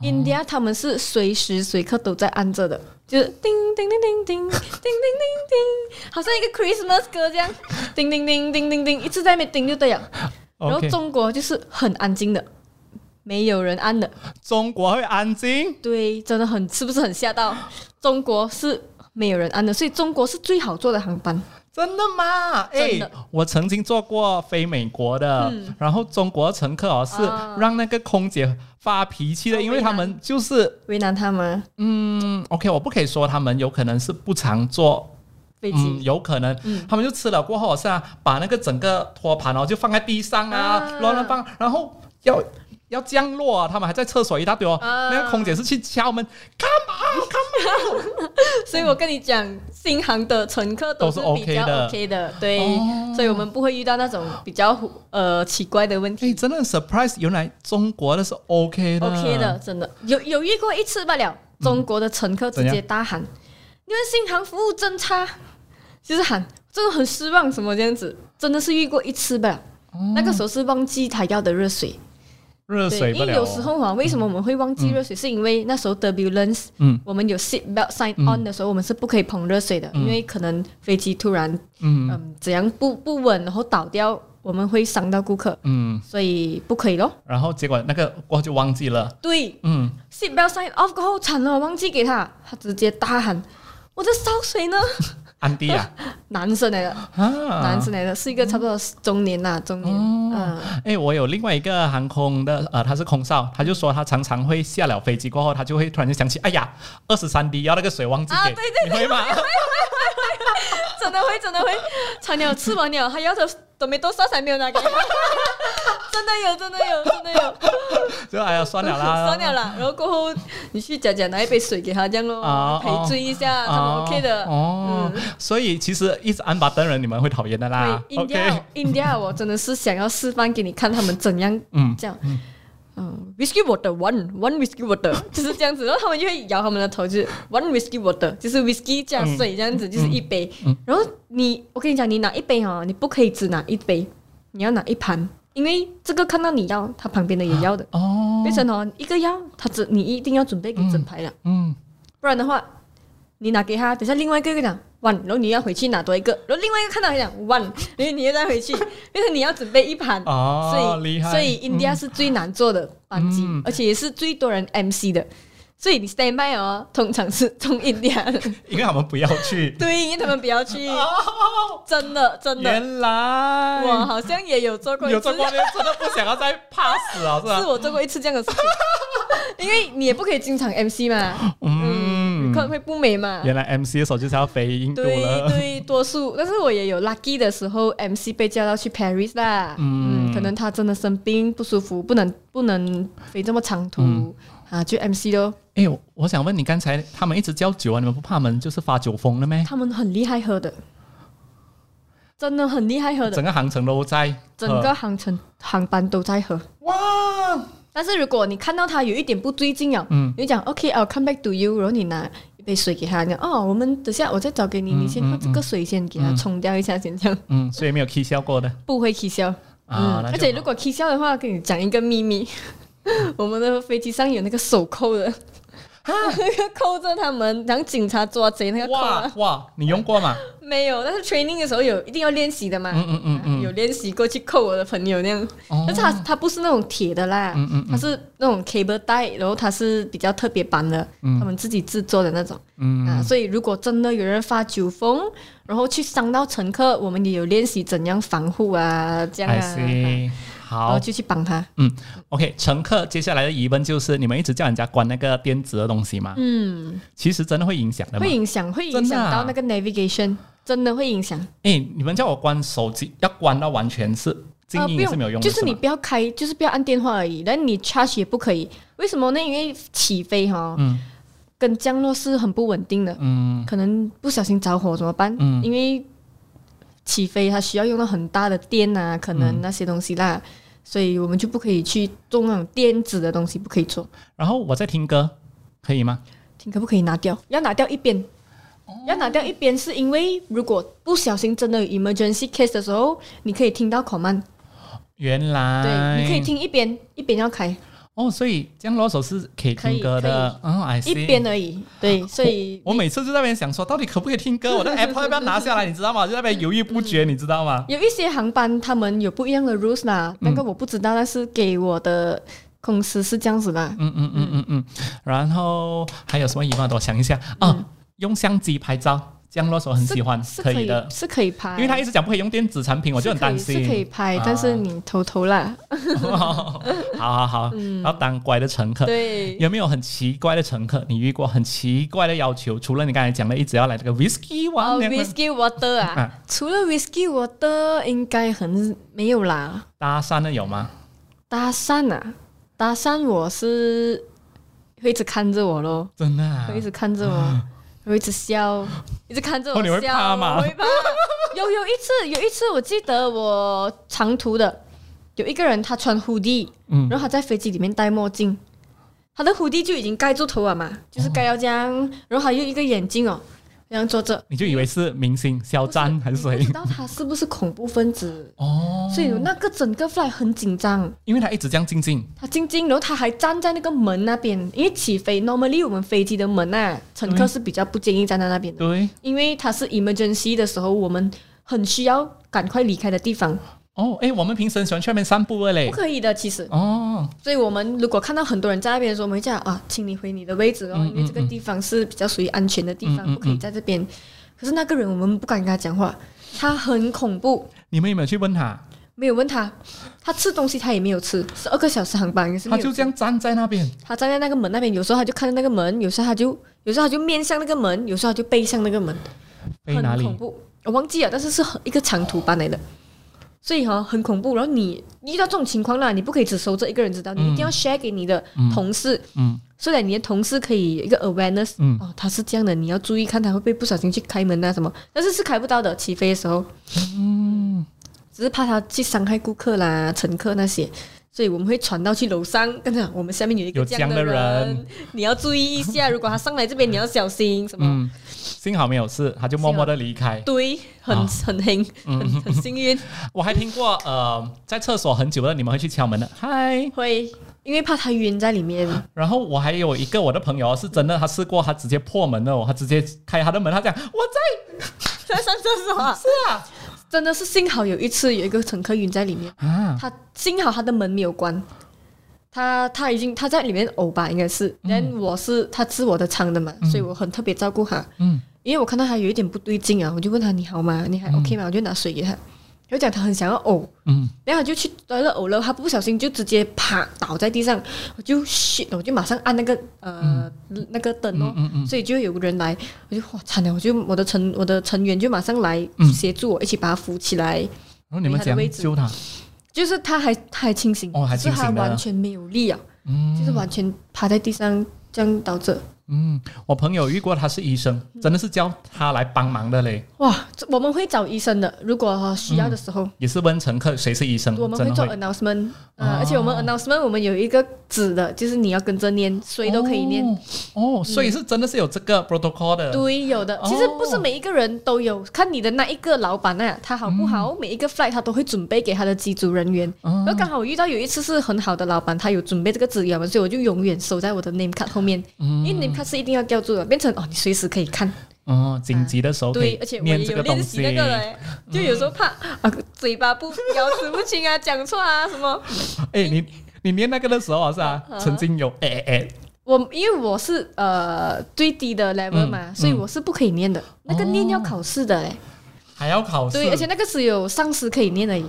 Speaker 2: India 他们是随时随刻都在按着的，就是叮叮叮叮叮叮叮叮叮，好像一个 Christmas 歌这样，叮叮叮叮叮叮，一直在那边叮就对了。然后
Speaker 1: OK，
Speaker 2: 中国就是很安静的，没有人按的，
Speaker 1: 中国会安静，
Speaker 2: 对，真的很是不是很吓到？中国是没有人安的，所以中国是最好坐的航班。
Speaker 1: 真的吗？哎
Speaker 2: 真的，嗯
Speaker 1: 我曾经坐过飞美国的，然后中国乘客哦是
Speaker 2: 啊
Speaker 1: 让那个空姐发脾气的，
Speaker 2: 哦
Speaker 1: 因为
Speaker 2: 为
Speaker 1: 他
Speaker 2: 难
Speaker 1: 们就是
Speaker 2: 为难他们
Speaker 1: 嗯，OK，我不可以说他们有可能是不常坐，
Speaker 2: 飞
Speaker 1: 嗯，
Speaker 2: 机，
Speaker 1: 有可能、他们就吃了过后是啊，把那个整个托盘哦就放在地上啊，
Speaker 2: 啊
Speaker 1: 乱乱放，然后要。要降落啊！他们还在厕所一大堆哦。
Speaker 2: 啊
Speaker 1: 那个空姐是去敲门，
Speaker 2: 所以我跟你讲，新航的乘客
Speaker 1: 都
Speaker 2: 都
Speaker 1: 是
Speaker 2: 是比较
Speaker 1: OK 的
Speaker 2: OK 的，对
Speaker 1: 哦，
Speaker 2: 所以我们不会遇到那种比较呃奇怪的问
Speaker 1: 哎、
Speaker 2: 题
Speaker 1: 真的很 surprise，原来中国的是 OK 的
Speaker 2: ，OK 的，真的有有遇过一次罢了，中国的乘客直
Speaker 1: 怎
Speaker 2: 接
Speaker 1: 样
Speaker 2: 大喊：“你们新航服务真差！”就是喊，真的很失望，什么这样子，真的是遇过一次罢了。那个时候是忘记他要的热水，
Speaker 1: 哦热水
Speaker 2: 对，
Speaker 1: 不
Speaker 2: 因为
Speaker 1: 了、哦。
Speaker 2: 有时候啊，为什么我们会忘记热水？是因为那时候 turbulence，
Speaker 1: 嗯
Speaker 2: 我们有 seat belt sign
Speaker 1: 嗯
Speaker 2: on 的时候，我们是不可以碰热水的，因为可能飞机突然
Speaker 1: 嗯
Speaker 2: 嗯怎样不不稳，然后倒掉，我们会伤到顾客，
Speaker 1: 嗯，
Speaker 2: 所以不可以咯。
Speaker 1: 然后结果那个我就忘记了，
Speaker 2: 对
Speaker 1: 嗯，
Speaker 2: ，seat belt sign off 过后，惨了，我忘记给他，他直接大喊：“我的烧水 <laughs> 呢
Speaker 1: 安迪
Speaker 2: <laughs>
Speaker 1: 啊，？”
Speaker 2: 男生来的，
Speaker 1: 啊，
Speaker 2: 男生来的，是一个差不多中年啦，中年，嗯，
Speaker 1: 哎，我有另外一个航空的，呃，他是空少，他就说他常常会下了飞机过后，他就会突然就想起，哎呀，二十三 D 要那个水忘记
Speaker 2: 啊
Speaker 1: 给，
Speaker 2: 对对
Speaker 1: 你会吗？
Speaker 2: 真的会，真的会，菜鸟吃完了，还要的都没多少才没有拿给他， <laughs> 真的有，真的有，真的有，
Speaker 1: <laughs> 就哎呀，算了啦，
Speaker 2: <laughs> 算了啦。然后过后你去假假拿一杯水给他，这样
Speaker 1: 啊
Speaker 2: 咯，
Speaker 1: 哦
Speaker 2: 赔罪一下，他们
Speaker 1: 哦
Speaker 2: OK 的。嗯
Speaker 1: 哦，所以其实一直按把灯人你们会讨厌的啦
Speaker 2: 对
Speaker 1: 啊 <laughs> ，OK，
Speaker 2: ，India，India，我真的是想要示范给你看他们怎样
Speaker 1: 嗯
Speaker 2: 这样。嗯，whiskey water one one
Speaker 1: <laughs>
Speaker 2: whiskey water 就是这样子，然后他们就会摇他们的头，就是 one whiskey water 就是 whiskey 加水这样子，就是一杯。
Speaker 1: 嗯
Speaker 2: 然后你，我跟你讲，你拿一杯哦，你不可以只拿一杯，你要拿一盘，因为这个看到你要，他旁边的也要的，
Speaker 1: 哦，
Speaker 2: 变成哦一个要，他只你一定要准备给整排了，
Speaker 1: 嗯，
Speaker 2: 不然的话，你拿给他，等下另外一个跟你讲 one，然后你要回去拿多一个，然后另外一个看到还讲 one，然后你又再回去， <laughs> 变成你要准备一盘。
Speaker 1: 哦
Speaker 2: 所，以
Speaker 1: 厉害，
Speaker 2: 所以 India 是最难做的班机，
Speaker 1: 嗯
Speaker 2: 而且也是最多人 MC 的。所以你 stand by 哦，通常是 <laughs> 中 India 的，
Speaker 1: 嗯因为他们不要去，哦
Speaker 2: <laughs> 对，因为他们不
Speaker 1: <laughs>
Speaker 2: 要去，真的真的，
Speaker 1: 原来
Speaker 2: 我好像也有做过一
Speaker 1: 有
Speaker 2: 次
Speaker 1: 做，过啊那真的不想要再 pass 了，是吧？
Speaker 2: 是我做过一次这样的事情， <laughs> 因为你也不可以经常 MC 嘛，
Speaker 1: 嗯
Speaker 2: 可，能会不美嘛。
Speaker 1: 原来 MC 的时候就是要飞印度
Speaker 2: 对
Speaker 1: 了。
Speaker 2: 对，
Speaker 1: <laughs>
Speaker 2: 多数，但是我也有 lucky 的时候，MC 被叫到去 Paris 啦，
Speaker 1: 嗯
Speaker 2: 嗯可能他真的生病不舒服，不能不能飞这么长途、
Speaker 1: 嗯
Speaker 2: 啊，就 MC 咯。
Speaker 1: 哎、我我想问你，刚才他们一直叫酒啊，你们不怕他们就是发酒疯了咩？
Speaker 2: 他们很厉害喝的，真的很厉害喝的
Speaker 1: 整，个航程都在，
Speaker 2: 整个航程航班都在喝。
Speaker 1: 哇，
Speaker 2: 但是如果你看到他有一点不对劲啊，
Speaker 1: 嗯
Speaker 2: 你就讲 OK，I'll、come back to you，然后你拿一杯水给他，你讲哦，我们等下我再找给你，
Speaker 1: 嗯
Speaker 2: 你先喝这个水先给他冲掉一下，先这样
Speaker 1: 嗯，所以没有 K 笑过的
Speaker 2: 不会起笑。
Speaker 1: 啊。
Speaker 2: 嗯，
Speaker 1: 那就
Speaker 2: 而且如果起笑的话，跟你讲一个秘密， <laughs> 我们的飞机上有那个手扣的，扣着他们，然后警察抓贼那个扣啊
Speaker 1: 哇哇，你用过吗？
Speaker 2: 没有，但是 training 的时候有一定要练习的嘛。
Speaker 1: 嗯嗯嗯嗯
Speaker 2: 有练习过去扣我的朋友那样，
Speaker 1: 哦
Speaker 2: 但是它它不是那种铁的啦，
Speaker 1: 嗯嗯嗯
Speaker 2: 它是那种 cable 带，然后它是比较特别版的，
Speaker 1: 嗯
Speaker 2: 他们自己制作的那种、
Speaker 1: 嗯，
Speaker 2: 啊。所以如果真的有人发酒疯，然后去伤到乘客，我们也有练习怎样防护啊，这样
Speaker 1: I
Speaker 2: 啊，
Speaker 1: see。
Speaker 2: 然后
Speaker 1: 好
Speaker 2: 就去帮他。
Speaker 1: ，OK，乘客接下来的疑问就是，你们一直叫人家关那个电子的东西吗？
Speaker 2: 嗯，
Speaker 1: 其实真的会影响的嘛
Speaker 2: 会。影响，会影
Speaker 1: 真的
Speaker 2: 响
Speaker 1: 啊
Speaker 2: 到那个 navigation，真的会影响。
Speaker 1: 哎、你们叫我关手机，要关到完全是静
Speaker 2: 啊，
Speaker 1: 音
Speaker 2: 不
Speaker 1: 也是没有用的，
Speaker 2: 就是你
Speaker 1: 吗
Speaker 2: 不要开，就是不要按电话而已。但你 charge 也不可以，为什么呢？因为起飞哈，
Speaker 1: 嗯
Speaker 2: 跟降落是很不稳定的，
Speaker 1: 嗯
Speaker 2: 可能不小心着火怎么办？
Speaker 1: 嗯
Speaker 2: 因为起飞它需要用到很大的电啊，可
Speaker 1: 嗯
Speaker 2: 能那些东西啦，所以我们就不可以去做那种电子的东西，不可以做。
Speaker 1: 然后我在听歌，可以哦吗？
Speaker 2: 听可不可以拿掉？要拿掉一边，要拿掉一边，是因为如果不小心真的有 emergency case 的时候，你可以听到 command，
Speaker 1: 原来
Speaker 2: 对，你可以听一边，一边要开，
Speaker 1: 哦，所以降落手是可以听歌的，嗯，I see，哦
Speaker 2: 一边而已，对，所以
Speaker 1: 我每次就在那边想说，到底可不可以听
Speaker 2: <laughs>
Speaker 1: 歌？我的 Apple 要不要拿下来？你知道吗？就在那边犹豫不
Speaker 2: 嗯
Speaker 1: 决，你知道吗？
Speaker 2: 有一些航班他们有不一样的 rules 啦，
Speaker 1: 嗯
Speaker 2: 那个我不知道，但是给我的公司是这样子的，
Speaker 1: 嗯嗯嗯嗯嗯嗯。然后还有什么疑问？等我想一下啊。用相机拍照，这样啰嗦很喜欢，
Speaker 2: 是
Speaker 1: 嗯以的。
Speaker 2: 是可以拍，
Speaker 1: 因为他一直讲不可以用电子产品，我就很担心。啊
Speaker 2: 是可以拍，但是你偷
Speaker 1: <laughs>
Speaker 2: 偷啦，
Speaker 1: 好好好，
Speaker 2: 嗯
Speaker 1: 要当乖的乘客。
Speaker 2: 对，
Speaker 1: 有没有很奇怪的乘客？你遇过很奇怪的要求？除了你刚才讲的一直要来这个 whisky
Speaker 2: 哦
Speaker 1: one，那个
Speaker 2: ，whisky water 啊
Speaker 1: 啊，
Speaker 2: 除了 whisky water 应该很没有啦。
Speaker 1: 搭讪的有吗？
Speaker 2: 搭讪啊，搭讪我是会一直看着我咯，
Speaker 1: 真的、啊
Speaker 2: 会一？直看着我，会一直笑，一直看着我
Speaker 1: 哦你
Speaker 2: 笑。
Speaker 1: 会怕吗
Speaker 2: 我会怕。 <laughs> 有有一次，有一次我记得我长途的，有一个人他穿 hoodie，
Speaker 1: 嗯
Speaker 2: 然后他在飞机里面戴墨镜，他的 hoodie 就已经盖住头了嘛，就是盖到这样，然后还有一个眼镜哦，这样坐着。
Speaker 1: 你就以为是明星肖战还是
Speaker 2: 不
Speaker 1: 谁
Speaker 2: 知？道他是不是恐怖分子，
Speaker 1: 哦，
Speaker 2: 所以那个整个 fly 很紧张。
Speaker 1: 因为他一直这样静静，
Speaker 2: 他静静，然后他还站在那个门那边，因为起飞 normally 我们飞机的门啊，乘客
Speaker 1: 对
Speaker 2: 是比较不建议站在那边的，
Speaker 1: 对。
Speaker 2: 因为他是 emergency 的时候，我们很需要赶快离开的地方，
Speaker 1: 哦，哎，我们平时很喜欢去外面散步的
Speaker 2: 不
Speaker 1: 嘞。
Speaker 2: 可以的。其实，
Speaker 1: 哦，
Speaker 2: 所以我们如果看到很多人在那边的时候，我们会叫啊，请你回你的位置哦，
Speaker 1: 嗯
Speaker 2: 因为这个
Speaker 1: 嗯嗯
Speaker 2: 地方是比较属于安全的地方，
Speaker 1: 嗯嗯
Speaker 2: 不可以在这边。可是那个人我们不敢跟他讲话，他很恐怖。
Speaker 1: 你们有没有去问他？
Speaker 2: 没有问他，他吃东西他也没有吃，十二个小时航班也是没
Speaker 1: 他
Speaker 2: 有吃。
Speaker 1: 就这样站在那边。
Speaker 2: 他站在那个门那边，有时候他就看着那个门，有时候他就有时候他就面向那个门，有时候他就背向那个门，
Speaker 1: 飞哎哪
Speaker 2: 很恐
Speaker 1: 里？
Speaker 2: 怖。我忘记了，但是是很一个长途班来的，所以哈、很恐怖。然后你遇到这种情况啦，你不可以只收这一个人知道，你一定要 share 给你的同事，
Speaker 1: 嗯
Speaker 2: 所以你的同事可以有一个 awareness，、
Speaker 1: 嗯，
Speaker 2: 哦，他是这样的，你要注意看他会不会不小心去开门啊什么，但是是开不到的，起飞的时候，
Speaker 1: 嗯
Speaker 2: 只是怕他去伤害顾客啦、乘客那些，所以我们会传到去楼上，跟他讲我们下面有一个
Speaker 1: 有
Speaker 2: 这样的
Speaker 1: 这样的
Speaker 2: 人
Speaker 1: 人，
Speaker 2: 你要注意一下，如果他上来这边你要小心什么。
Speaker 1: 嗯，幸好没有事，他就默默的离开。
Speaker 2: 对，很、
Speaker 1: 啊
Speaker 2: 很幸，很很幸运，
Speaker 1: 我还听过，呃，在厕所很久了，你们会去敲门的，嗨。
Speaker 2: 会因为怕他晕在里
Speaker 1: <laughs>
Speaker 2: 面， <laughs>
Speaker 1: 然后我还有一个我的朋友哦是真的，他试过，他直接破门了哦，他直接开他的门，他讲我在
Speaker 2: 在上厕所啊，
Speaker 1: 是啊
Speaker 2: 真的是幸好有一次有一个乘客晕在里面，
Speaker 1: 啊，
Speaker 2: 他幸好他的门没有关，他他已经他在里面呕吧，应该是。
Speaker 1: 嗯
Speaker 2: 但、我是他吃我的仓的嘛，所以我很特别照顾他，
Speaker 1: 嗯
Speaker 2: 因为我看到他有一点不对劲啊，我就问他你好吗？你还 OK 吗？我就拿水给他，他就讲他很想要呕，
Speaker 1: 嗯，
Speaker 2: 然后他就去得了呕了，他不小心就直接啪倒在地上，我就 shit，我就马上按那个呃、那个灯哦。
Speaker 1: 嗯嗯
Speaker 2: 所以就有人来，我就哇惨了，我就我的成我的成员就马上来
Speaker 1: 嗯
Speaker 2: 协助我，一起把他扶起来，
Speaker 1: 然后你们怎样救他？
Speaker 2: 就是他还他还清醒，
Speaker 1: 哦还
Speaker 2: 只是
Speaker 1: 清醒
Speaker 2: 他
Speaker 1: 的
Speaker 2: 完全没有力啊，
Speaker 1: 嗯
Speaker 2: 就是完全趴在地上这样倒着。
Speaker 1: 嗯，我朋友遇过，他是医生，真的是叫他来帮忙的嘞，
Speaker 2: 哇，这我们会找医生的，如果需要的时候，
Speaker 1: 也是问乘客谁是医生，
Speaker 2: 我们
Speaker 1: 嗯真
Speaker 2: 会
Speaker 1: 的
Speaker 2: 做
Speaker 1: 会
Speaker 2: announcement，
Speaker 1: 哦
Speaker 2: 呃，而且我们 announcement 我们有一个纸的，就是你要跟着念，谁都可以念。
Speaker 1: 哦哦，所以是真的是有这个 protocol 的，
Speaker 2: 对，有的
Speaker 1: 哦。
Speaker 2: 其实不是每一个人都有，看你的那一个老板啊，他好不好？每一个 flight 他都会准备给他的机组人员。
Speaker 1: 嗯
Speaker 2: 然后刚好我遇到有一次是很好的老板，他有准备这个纸给我们，所以我就永远守在我的 name card 后面，
Speaker 1: 嗯
Speaker 2: 因为 name card 是一定要吊住的，变成哦你随时可以看。
Speaker 1: 哦，紧急的时候可以
Speaker 2: 对，而且我也
Speaker 1: 念这
Speaker 2: 有
Speaker 1: 个东
Speaker 2: 练习
Speaker 1: 西，嗯
Speaker 2: 那个嘞，就有时候怕啊嘴巴不咬字不清啊，讲错啊
Speaker 1: <laughs>
Speaker 2: 什么。
Speaker 1: 哎，你你念那个的时候啊是啊，曾经有哎哎哎，
Speaker 2: 我因为我是呃最低的 level 嘛，
Speaker 1: 嗯
Speaker 2: 所以我是不可以念的，那个念要考试的嘞。
Speaker 1: 还要考试，
Speaker 2: 对，而且那个只有上司可以念而已。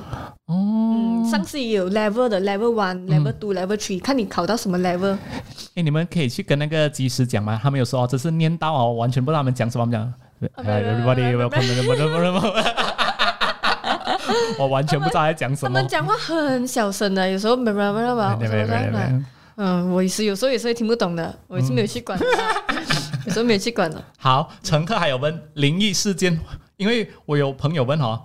Speaker 1: 哦，
Speaker 2: 嗯，上司也有 level 的 level one、level
Speaker 1: 嗯
Speaker 2: two、level three，看你考到什么 level。
Speaker 1: 哎，你们可以去跟那个技师讲吗？他们有时候哦只是念到哦，我完全不知道他们讲什么，他们讲呃
Speaker 2: 哦没有没有没
Speaker 1: everybody
Speaker 2: 有
Speaker 1: welcome，不不不
Speaker 2: <laughs>
Speaker 1: 不，我哦完全不知道在讲
Speaker 2: 他
Speaker 1: 什么
Speaker 2: 们。讲话很小声的，有时候叭叭叭叭
Speaker 1: 没没没
Speaker 2: 叭
Speaker 1: 没，
Speaker 2: 嗯，我也是有时候也是会听不懂的，我也是没有去管的啦，
Speaker 1: 嗯
Speaker 2: <laughs> 有时候没有去管的。
Speaker 1: 好，乘客还有问灵异事件，因为我有朋友问哦，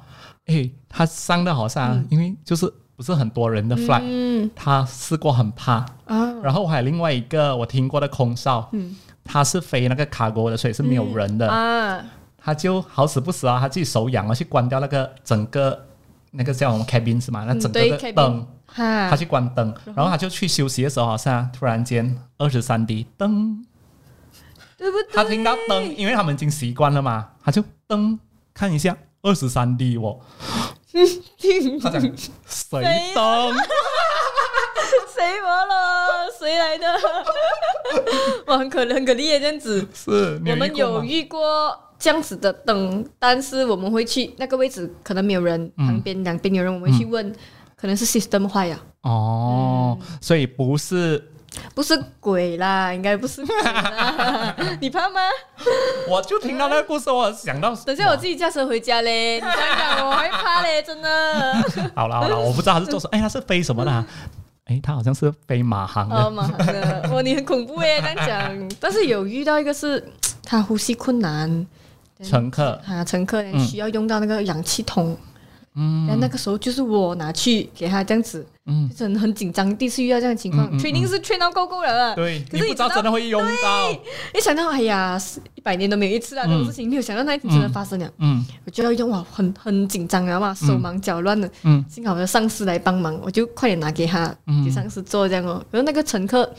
Speaker 1: 诶，他伤的好像、因为就是不是很多人的 flight，、
Speaker 2: 嗯
Speaker 1: 他试过很怕。
Speaker 2: 啊，
Speaker 1: 然后我还有另外一个我听过的空少，
Speaker 2: 嗯
Speaker 1: 他是飞那个卡国的，所以是没有人的，
Speaker 2: 啊，
Speaker 1: 他就好死不死啊，他自己手痒啊，去关掉那个整个那个叫我们 cabin 是吗？那
Speaker 2: 嗯
Speaker 1: 整
Speaker 2: 对
Speaker 1: 个的
Speaker 2: ，cabin 啊
Speaker 1: 灯。他
Speaker 2: 哈，
Speaker 1: 去关灯，然后他就去休息的时候，好像突然间二十三滴灯，
Speaker 2: 对不
Speaker 1: 他
Speaker 2: 对？
Speaker 1: 听到灯，因为他们已经习惯了嘛，他就灯看一下二十三滴
Speaker 2: 啊
Speaker 1: 哦，他
Speaker 2: <laughs>
Speaker 1: 讲谁灯？
Speaker 2: <laughs> 谁我了？谁来的？我很可能很可怜这样子。
Speaker 1: 是你
Speaker 2: 我们
Speaker 1: 遇过
Speaker 2: 有
Speaker 1: 吗
Speaker 2: 遇过这样子的等，但是我们会去那个位置，可能没有人，
Speaker 1: 嗯
Speaker 2: 旁边两边有人，我们会去问，可能是 system 坏啊呀，
Speaker 1: 哦，所以不是，
Speaker 2: 不是鬼啦，应该不是鬼
Speaker 1: <laughs>
Speaker 2: 啦，你怕吗？
Speaker 1: 我就听到那个故事，我想到
Speaker 2: 嗯等下我自己驾车回家嘞，你这样讲我还怕嘞，真的。
Speaker 1: <laughs> <laughs> 好了好了，我不知道他是做什么，哎，他是飞什么的啊？哎，他好像是飞马航
Speaker 2: 哦，
Speaker 1: 的，
Speaker 2: 妈的，哇，你很恐怖哎，这样讲。但是有遇到一个是他呼吸困难，
Speaker 1: 乘客
Speaker 2: 啊，乘客呢
Speaker 1: 嗯
Speaker 2: 需要用到那个氧气筒。嗯，然后那个时候就是我拿去给他这样子，
Speaker 1: 嗯，
Speaker 2: 就是很很紧张，第一次遇到这样的情况
Speaker 1: 嗯嗯嗯
Speaker 2: ，training 是 train 到够够了啊。
Speaker 1: <laughs> 对，
Speaker 2: 可
Speaker 1: 你
Speaker 2: 是
Speaker 1: 不
Speaker 2: 你
Speaker 1: 知道
Speaker 2: 知道
Speaker 1: 真的会用到，
Speaker 2: 一想到哎呀，一百年都没有一次啊，这种事情没有想到那一天真的发生了，
Speaker 1: 嗯
Speaker 2: 我就要用哇，很很紧张啊嘛，手忙脚乱的。
Speaker 1: 嗯
Speaker 2: 幸好我的上司来帮忙，我就快点拿给他，
Speaker 1: 嗯
Speaker 2: 给上司做这样哦。然后那个乘客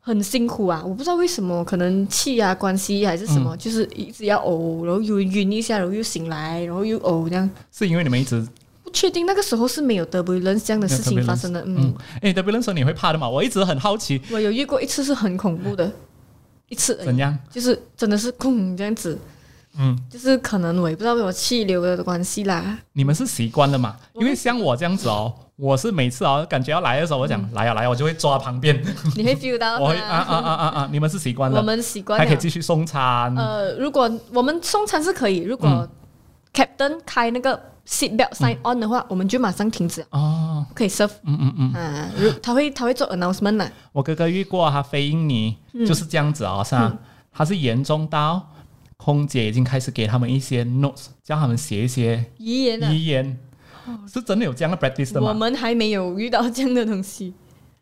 Speaker 2: 很辛苦啊，我不知道为什么，可能气啊关系还是什
Speaker 1: 嗯
Speaker 2: 么，就是一直要呕，然后又晕一下，然后又醒来，然后又哦呕这样。
Speaker 1: 是因为你们一直
Speaker 2: 不确定那个时候是没有 turbulence 这样的事情发生的，嗯
Speaker 1: 嗯，，哎，W 伦说你会怕的嘛？我一直很好奇，
Speaker 2: 我有遇过一次是很恐怖
Speaker 1: 嗯
Speaker 2: 的，一次而
Speaker 1: 怎
Speaker 2: 已，
Speaker 1: 样？
Speaker 2: 就是真的是空这样子，
Speaker 1: 嗯，
Speaker 2: 就是可能我也不知道为什么气流的关
Speaker 1: <laughs>
Speaker 2: 系啦，
Speaker 1: 你们是习惯了嘛？
Speaker 2: 我
Speaker 1: 因为像我这样子哦，我是每次哦感觉要来的时候，我
Speaker 2: 嗯
Speaker 1: 讲来啊来啊，我就会抓旁
Speaker 2: <laughs>
Speaker 1: 边，
Speaker 2: 你会 feel 到
Speaker 1: 我会
Speaker 2: 它
Speaker 1: 啊啊啊啊啊！你们是习惯
Speaker 2: 哦我
Speaker 1: 了，
Speaker 2: 们习惯
Speaker 1: 还可以
Speaker 2: 了。
Speaker 1: 继续送餐，
Speaker 2: 呃，如果我们送餐是可以，如果
Speaker 1: 嗯
Speaker 2: captain 开那个 seat belt sign on 的话，我们就马上停止了，
Speaker 1: 哦，
Speaker 2: 不可以 serve
Speaker 1: 嗯嗯嗯。
Speaker 2: 啊。如他会他会做 announcement 呐、
Speaker 1: 我哥哥遇过啊他飞印尼，就是
Speaker 2: 嗯
Speaker 1: 这样子哦，是吧？他是严重到空姐已经开始给他们一些 notes，叫他们写一些
Speaker 2: 遗言啊。
Speaker 1: 遗言，是真的有这样的 practice 的
Speaker 2: 我
Speaker 1: 吗？
Speaker 2: 们还没有遇到这样的东西，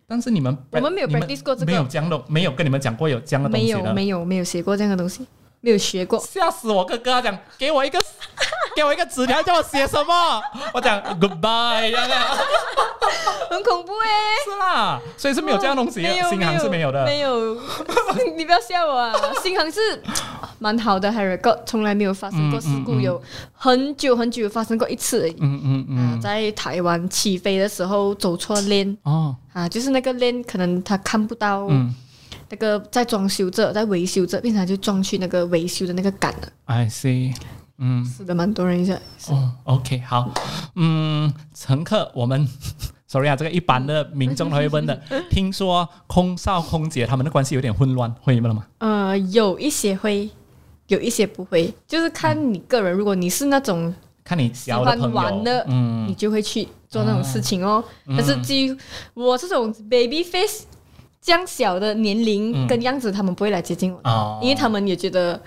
Speaker 1: 但是你们
Speaker 2: 我们没有
Speaker 1: 你
Speaker 2: practice 过这个
Speaker 1: 没有这样的，没有跟你们讲过有这样的东
Speaker 2: 没
Speaker 1: 西
Speaker 2: 有
Speaker 1: 的，
Speaker 2: 没有没有写过这样的东西，没有学过。
Speaker 1: 吓死我哥哥！他讲给我一
Speaker 2: <laughs>
Speaker 1: 个给我一个纸条，叫我写什么？我讲 goodbye，这样啊
Speaker 2: 很恐怖哎、
Speaker 1: 是啦，所以是没有这样的东西的，
Speaker 2: 没有
Speaker 1: 新航是没有的。
Speaker 2: 没有，你不要吓我啊！新航是蛮好的 h a r r y g o 从来没有发生过事故，
Speaker 1: 嗯嗯嗯
Speaker 2: 有很久很久发生过一次而已。
Speaker 1: 嗯嗯
Speaker 2: 啊，
Speaker 1: 嗯，
Speaker 2: 在台湾起飞的时候走错 lane
Speaker 1: 哦，
Speaker 2: 啊，就是那个 lane 可能他看不到
Speaker 1: 嗯
Speaker 2: 那个在装修着，在维修着，变成他就撞去那个维修的那个杆了，
Speaker 1: ，I see，嗯。
Speaker 2: 死的蛮多人一下。
Speaker 1: 哦，OK，好，嗯，乘客，我们 <laughs> sorry 啊，这个一般的民众都会
Speaker 2: <laughs>
Speaker 1: 问的。听说空少空姐他们的关系有点混乱，会问了吗？
Speaker 2: 呃，有一些会，有一些不会，就是看你个人。如果你是那种
Speaker 1: 看你交的
Speaker 2: 喜欢
Speaker 1: 朋
Speaker 2: 玩
Speaker 1: 友
Speaker 2: 的，
Speaker 1: 嗯，
Speaker 2: 你就会去做那种事情哦。但是基于我这种 baby face 这样小的年龄
Speaker 1: 嗯
Speaker 2: 跟样子，他们不会来接近我的，
Speaker 1: 哦
Speaker 2: 因为他们也觉得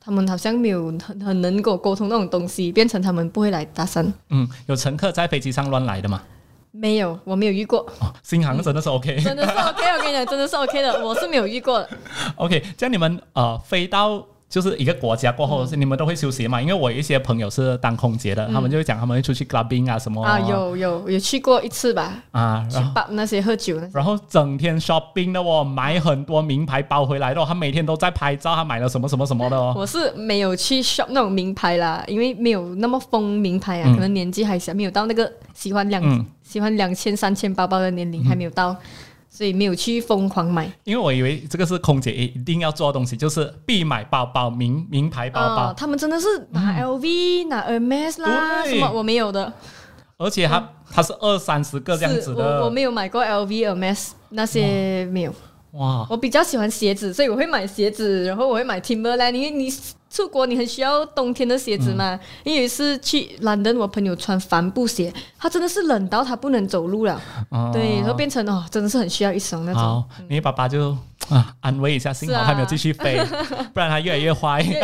Speaker 2: 他们好像没有很很能跟我沟通那种东西，变成他们不会来搭讪。
Speaker 1: 嗯，有乘客在飞机上乱来的嘛？
Speaker 2: 没有，我没有遇过，
Speaker 1: 哦，新航真的是 OK，OK，、
Speaker 2: <laughs> 真的是 OK。我跟你讲，真的是 OK 的，我是没有遇过的。
Speaker 1: <laughs> OK，这
Speaker 2: 嗯
Speaker 1: 样你们呃飞到。就是一个国家过后，你们都会休息嘛？因为我有一些朋友是当空姐的，他们就会讲他们会出去 clubbing 啊什么
Speaker 2: 啊，有有有去过一次吧，
Speaker 1: 啊，
Speaker 2: 去
Speaker 1: 然后。
Speaker 2: 吧那些喝酒那些。
Speaker 1: 然后整天 shopping 的哦，买很多名牌包回来的、哦，他每天都在拍照，他买了什么什么什么的哦。
Speaker 2: 我是没有去 shop 那种名牌啦，因为没有那么疯名牌啊，
Speaker 1: 嗯
Speaker 2: 可能年纪还小，没有到那个喜欢两、
Speaker 1: 嗯
Speaker 2: 喜欢两千三千包包的年龄，还没有到，所以没有去疯狂买。
Speaker 1: 因为我以为这个是空姐一定要做的东西，就是必买包包、名名牌包包，
Speaker 2: 哦他们真的是拿 LV、拿 Hermes 啦，
Speaker 1: 对
Speaker 2: 什么我没有的，
Speaker 1: 而且它它是二三十个这样
Speaker 2: 嗯是
Speaker 1: 子
Speaker 2: 我我
Speaker 1: 的，
Speaker 2: 没有买过 LV、Hermes 那些没有。
Speaker 1: 哇，
Speaker 2: 我比较喜欢鞋子，所以我会买鞋子，然后我会买 Timberland，因为你出国你很需要冬天的鞋子
Speaker 1: 嗯
Speaker 2: 嘛。因为有一次去 London，我朋友穿帆布鞋，他真的是冷到他不能走路了，
Speaker 1: 嗯
Speaker 2: 对，然后变成哦，真的是很需要一双那种。嗯
Speaker 1: 好，你爸爸就啊安慰一下，幸好他没有继续飞，不然他越来越坏，
Speaker 2: 越越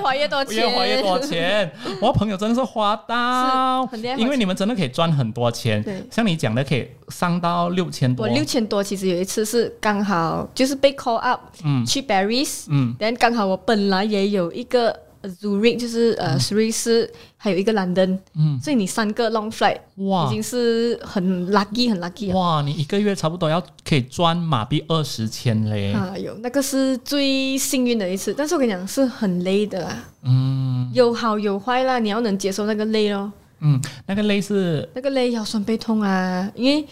Speaker 2: 花啊 <laughs> 越多
Speaker 1: <laughs>
Speaker 2: 钱，
Speaker 1: 越花越多钱。我朋友真的是花到
Speaker 2: 是很厉害，
Speaker 1: 因为你们真的可以赚很多钱
Speaker 2: 对，
Speaker 1: 像你讲的可以上到六千多
Speaker 2: 我，六千多，其实有一次是刚好就是被 call up
Speaker 1: 嗯
Speaker 2: 去 Paris，
Speaker 1: 嗯。
Speaker 2: 但刚好我本来也有一个 Zurich，就是呃瑞士，还有一个 London，
Speaker 1: 嗯
Speaker 2: 所以你三个 long flight 已
Speaker 1: 哇
Speaker 2: 经是很 lucky 很 lucky 啊了。
Speaker 1: 哇，你一个月差不多要可以赚马币二十千嘞。
Speaker 2: 啊，有那个是最幸运的一次，但是我跟你讲是很累的啦，
Speaker 1: 嗯
Speaker 2: 有好有坏啦，你要能接受那个累咯，
Speaker 1: 嗯，那个类似
Speaker 2: 那个累腰酸背痛啊，因为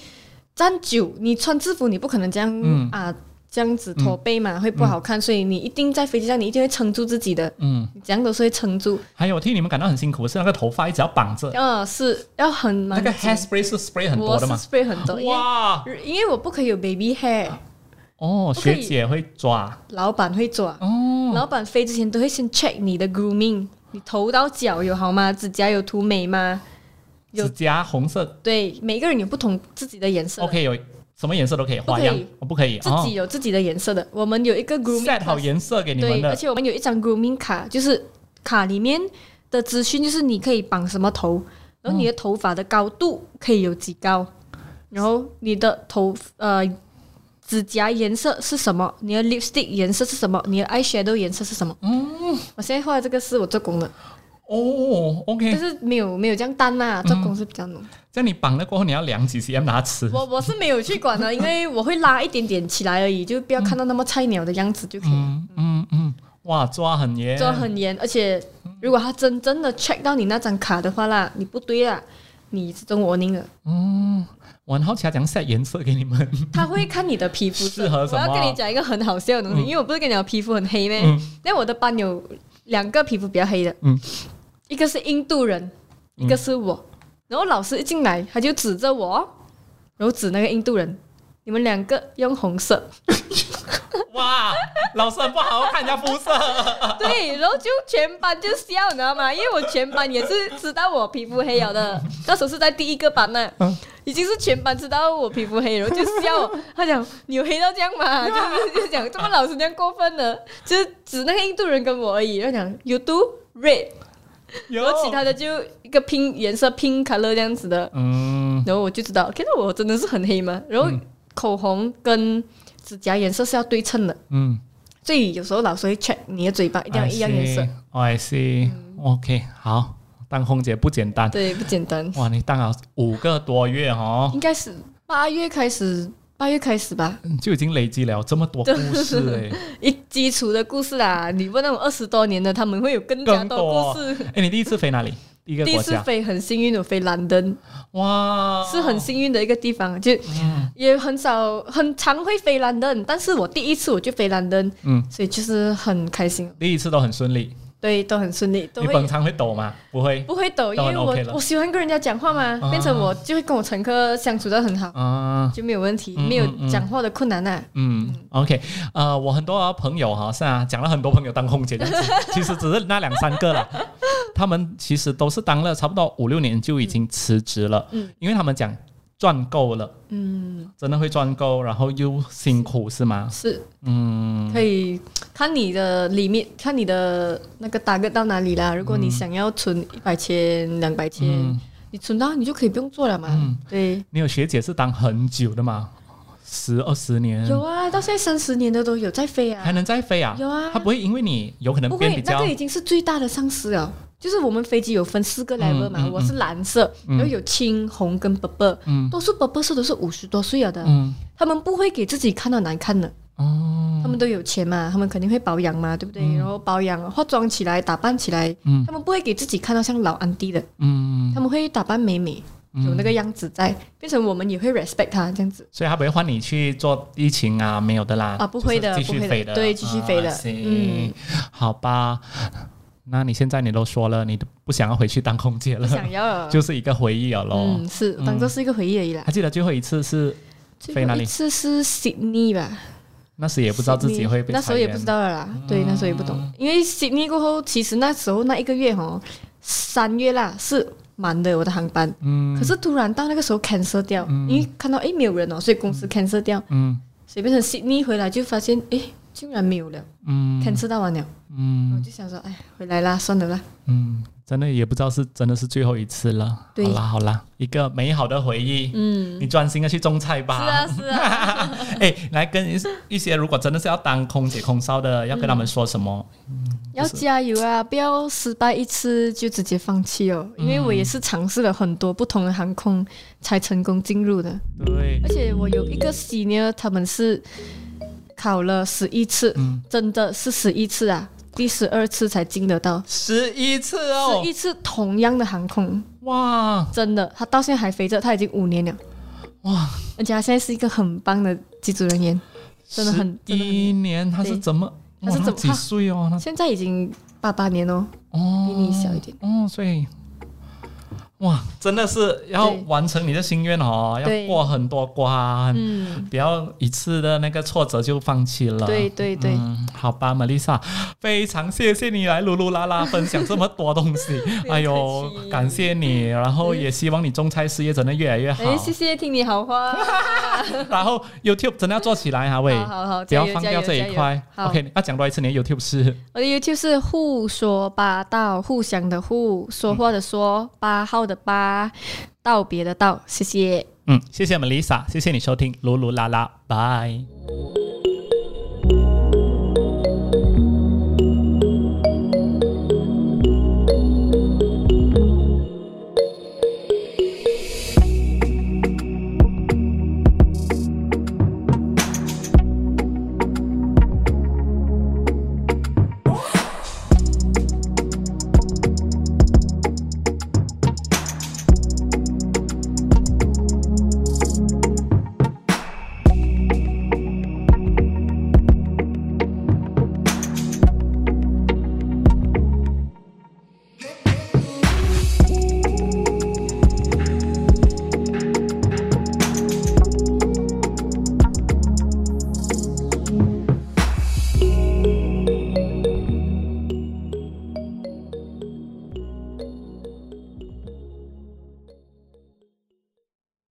Speaker 2: 站久，你穿制服你不可能这样、
Speaker 1: 嗯
Speaker 2: 啊这样子驼背嘛，会不好看，所以你一定在飞机上，你一定会撑住自己的，
Speaker 1: 嗯，
Speaker 2: 你怎样都是会撑住。
Speaker 1: 还有替你们感到很辛苦的是那个头发一直要绑着，
Speaker 2: 嗯，是要很
Speaker 1: 那
Speaker 2: 蛮
Speaker 1: 个
Speaker 2: 紧
Speaker 1: hair spray 是 spray 很多
Speaker 2: 我
Speaker 1: 的
Speaker 2: 是
Speaker 1: 嘛？
Speaker 2: spray 很多，因为
Speaker 1: 哇，
Speaker 2: 因为我不可以有 baby hair，
Speaker 1: 哦，
Speaker 2: 不可
Speaker 1: 学
Speaker 2: 以
Speaker 1: 姐会抓
Speaker 2: 老板会抓。
Speaker 1: 哦，
Speaker 2: 老板飞之前都会先 check 你的 grooming，你头到脚有好吗？指甲有涂美吗？有
Speaker 1: 指甲红色
Speaker 2: 对，每个人有不同自己的颜色的
Speaker 1: ，OK，有什么颜色都可以，
Speaker 2: 不
Speaker 1: 花
Speaker 2: 可以
Speaker 1: 样哦不可以，
Speaker 2: 自
Speaker 1: 哦
Speaker 2: 己有自己的颜色的。我们有一个 grooming
Speaker 1: set 好
Speaker 2: class，
Speaker 1: 颜色给你们
Speaker 2: 对，而
Speaker 1: 的，
Speaker 2: 且我们有一张 grooming 卡，就是卡里面的资讯就是你可以绑什么头，然后你的头发的高度可以有几高，然后你的头呃。指甲颜色是什么？你的 lipstick 颜色是什么？你的 eyeshadow 颜色是什么？我现在画的这个是我做工的，
Speaker 1: 哦
Speaker 2: 但
Speaker 1: ，OK，
Speaker 2: 是没有没有这样淡啦、
Speaker 1: 嗯
Speaker 2: 做工是比较浓。
Speaker 1: 这样你绑了过后你要量几 cm 拿吃，
Speaker 2: 我我是没有去管的，因为我会拉一点点起来而已，就不要看到那么菜鸟的样子就可以了。
Speaker 1: 嗯嗯嗯，哇，抓很严，
Speaker 2: 抓很严，而且如果他真正的 check 到你那张卡的话啦，你不对啦，你是中国宁的，
Speaker 1: 哦我很好奇他怎样 set 颜色给你
Speaker 2: <laughs>
Speaker 1: 们，
Speaker 2: 他会看你的皮肤色
Speaker 1: 适合什么啊嗯
Speaker 2: 我要跟你讲一个很好笑的东西，因为我不是跟你讲皮肤很黑咩？那我的班有两个皮肤比较黑的，
Speaker 1: 嗯
Speaker 2: 一个是印度人，一个是我。然后老师一进来，他就指着我，然后指那个印度人，你们两个用红色。
Speaker 1: 哇，老师很不好好看人家肤色，
Speaker 2: <laughs> 对，然后就全班就笑，你知道吗？因为我全班也是知道我皮肤黑了的，那时候是在第一个班呢，已经是全班知道我皮肤黑了，然后就笑我。他讲你有黑到这样吗？ <laughs> 就是就讲这么老师这样过分的，就是指那个印度人跟我而已。他讲 you do red，然后其他的就一个拼颜色拼 color 这样子的，
Speaker 1: 嗯，
Speaker 2: 然后我就知道，看到我真的是很黑吗？然后口红跟指甲颜色是要对称的。
Speaker 1: 嗯，
Speaker 2: 所以有时候老师会 check 你的嘴巴，一定要一样颜色。
Speaker 1: 哦
Speaker 2: 嗯
Speaker 1: I see，OK，好，当空姐不简单，
Speaker 2: <laughs> 对，不简单，
Speaker 1: 哇，你当了五个多月哦，
Speaker 2: 应该是八月开始，八月开始吧，
Speaker 1: 就已经累积了这么多故
Speaker 2: <laughs>
Speaker 1: 事哎、
Speaker 2: 一基础的故事啦。你问那种二十多年的，他们会有更加
Speaker 1: 更
Speaker 2: 多
Speaker 1: 多
Speaker 2: 故事。
Speaker 1: 哎、你第一次飞哪里？第一个
Speaker 2: 第一
Speaker 1: 国
Speaker 2: 次
Speaker 1: 家？
Speaker 2: 飞很幸运，我哦飞兰登，
Speaker 1: 哇，
Speaker 2: 是很幸运的一个地方，就
Speaker 1: 嗯
Speaker 2: 也很少很常会飞兰登，但是我第一次我就飞兰登，
Speaker 1: 嗯，
Speaker 2: 所以就是很开心，
Speaker 1: 第一次都很顺利。
Speaker 2: 对，都很顺利，都
Speaker 1: 你
Speaker 2: 会
Speaker 1: 本常会抖吗？不会
Speaker 2: 不会抖，因
Speaker 1: 当然
Speaker 2: 为我、
Speaker 1: OK 了
Speaker 2: 我喜欢跟人家讲话嘛，变成我就会跟我乘客相处的很好，
Speaker 1: 啊。
Speaker 2: 就没有问题，
Speaker 1: 嗯
Speaker 2: 没有
Speaker 1: 嗯嗯
Speaker 2: 讲话的困难啊。
Speaker 1: 嗯 o k 呃，我很多朋友哈，是啊，讲了很多朋友当空姐这样
Speaker 2: <laughs>
Speaker 1: 子，其实只是那两三个啦，他们其实都是当了差不多五六年就已经辞职了，
Speaker 2: 嗯
Speaker 1: 因为他们讲赚够了，
Speaker 2: 嗯，
Speaker 1: 真的会赚够，然后又辛苦是吗？
Speaker 2: 是。
Speaker 1: 嗯，
Speaker 2: 可以看你的里面，看你的那个 target 到哪里啦。如果你想要存一百千、两百千
Speaker 1: 嗯，
Speaker 2: 你存到你就可以不用做了嘛。
Speaker 1: 嗯
Speaker 2: 对，
Speaker 1: 你有学姐是当很久的嘛，十二十年，
Speaker 2: 有啊，到现在三十年的都有在飞
Speaker 1: 还
Speaker 2: 啊。
Speaker 1: 能再飞啊？
Speaker 2: 有啊
Speaker 1: 它不会因为你有可能
Speaker 2: 不
Speaker 1: 变
Speaker 2: 会
Speaker 1: 比，
Speaker 2: 那
Speaker 1: 较
Speaker 2: 个已经是最大的上司了。就是我们飞机有分四个 level 嘛，
Speaker 1: 嗯嗯
Speaker 2: 我是蓝色，然后有青、红跟 purple，、
Speaker 1: 嗯
Speaker 2: 多数 purple 色都是五十多岁了的，
Speaker 1: 嗯
Speaker 2: 他们不会给自己看到难看的，
Speaker 1: 哦
Speaker 2: 他们都有钱嘛，他们肯定会保养嘛，对不对？然后保养、化妆起来、打扮起来，
Speaker 1: 嗯
Speaker 2: 他们不会给自己看到像老安迪的。
Speaker 1: 嗯，
Speaker 2: 他们会打扮美美，有那个样子在，变成我们也会 respect 他这
Speaker 1: <laughs>
Speaker 2: 样子
Speaker 1: 所以他不会换你去做疫情啊，没有的啦
Speaker 2: 啊不会的
Speaker 1: 就是继续飞
Speaker 2: 不会的对继续飞的嗯
Speaker 1: 啊行好吧。那你现在你都说了，你都不想要回去当空姐
Speaker 2: 不
Speaker 1: 了，
Speaker 2: 想要了。
Speaker 1: 就是一个回忆了咯。
Speaker 2: 嗯，是当做是一个回忆而已啦
Speaker 1: 还。记得最后一次是哎飞
Speaker 2: 最
Speaker 1: 哪
Speaker 2: 后
Speaker 1: 里
Speaker 2: 一次是 Sydney 吧，
Speaker 1: 那时也不知道自己会
Speaker 2: Sydney，
Speaker 1: 被
Speaker 2: 那时候
Speaker 1: 裁
Speaker 2: 也
Speaker 1: 员嗯
Speaker 2: 不知道了啦，对，那时候也不懂，因为 Sydney 过后，其实那时候那一个月哦，三月啦是满的我的航班，
Speaker 1: 嗯
Speaker 2: 可是突然到那个时候 cancel 掉，因为看到诶没有人哦，所以公司 cancel 掉，
Speaker 1: 嗯
Speaker 2: 所以变成 Sydney 回来就发现诶竟然没有了
Speaker 1: 嗯
Speaker 2: ，cancel 到完了，我
Speaker 1: 嗯
Speaker 2: 就想说哎回来啦，算了啦。
Speaker 1: 嗯，真的也不知道是真的是最后一次了。好
Speaker 2: 对
Speaker 1: 啦好啦，一个美好的回忆。
Speaker 2: 嗯，
Speaker 1: 你专心的去种菜吧。<laughs>
Speaker 2: 是啊是啊，
Speaker 1: 哎、来跟一一些如果真的是要当空姐空少的，要跟他们说什么？
Speaker 2: 要加油啊！不要失败一次就直接放弃哦，因为我也是尝试了很多不同的航空才成功进入的，
Speaker 1: 对，
Speaker 2: 而且我有一个 senior，他们是考了十一次，真的是十一次啊，第十二次才进得到。
Speaker 1: 十一次哦
Speaker 2: 十，一次同样的航空，
Speaker 1: 哇
Speaker 2: 真的，他到现在还飞着，他已经五年了，
Speaker 1: 哇，
Speaker 2: 而且他现在是一个很棒的机组人员。真的很真的很
Speaker 1: 一年，他是
Speaker 2: 对
Speaker 1: 怎么？
Speaker 2: 他是
Speaker 1: 哇
Speaker 2: 怎么
Speaker 1: 几岁哦？他
Speaker 2: 现在已经八八年哦，
Speaker 1: 哦，
Speaker 2: 比你小一点。
Speaker 1: 哦，所以哇，真的是要
Speaker 2: 对
Speaker 1: 完成你的心愿哦，要
Speaker 2: 对
Speaker 1: 过很多关，
Speaker 2: 嗯，
Speaker 1: 不要一次的那个挫折就放弃了。
Speaker 2: 对对对，
Speaker 1: 嗯，好吧，Melissa，非常谢谢你来噜噜啦啦分享这么多东
Speaker 2: <laughs>
Speaker 1: 西，哎呦
Speaker 2: 不客，气
Speaker 1: 感谢你，然后也希望你中差事业真的越来越好，
Speaker 2: 哎，谢谢，听你好话，
Speaker 1: <laughs> 然后 YouTube 真的要做起来哈、啊喂，
Speaker 2: 好好好，
Speaker 1: 不
Speaker 2: 加
Speaker 1: 要
Speaker 2: 油
Speaker 1: 放
Speaker 2: 加
Speaker 1: 掉
Speaker 2: 油
Speaker 1: 这
Speaker 2: 加
Speaker 1: 一
Speaker 2: 油
Speaker 1: 块。
Speaker 2: 好
Speaker 1: OK，要讲多一次，你的 YouTube 是
Speaker 2: 我的 YouTube 是互说八道，互相的互，说话的说，八号的八，道别的道，谢谢。
Speaker 1: 嗯，谢谢 Melissa，谢谢你收听噜噜啦啦，拜。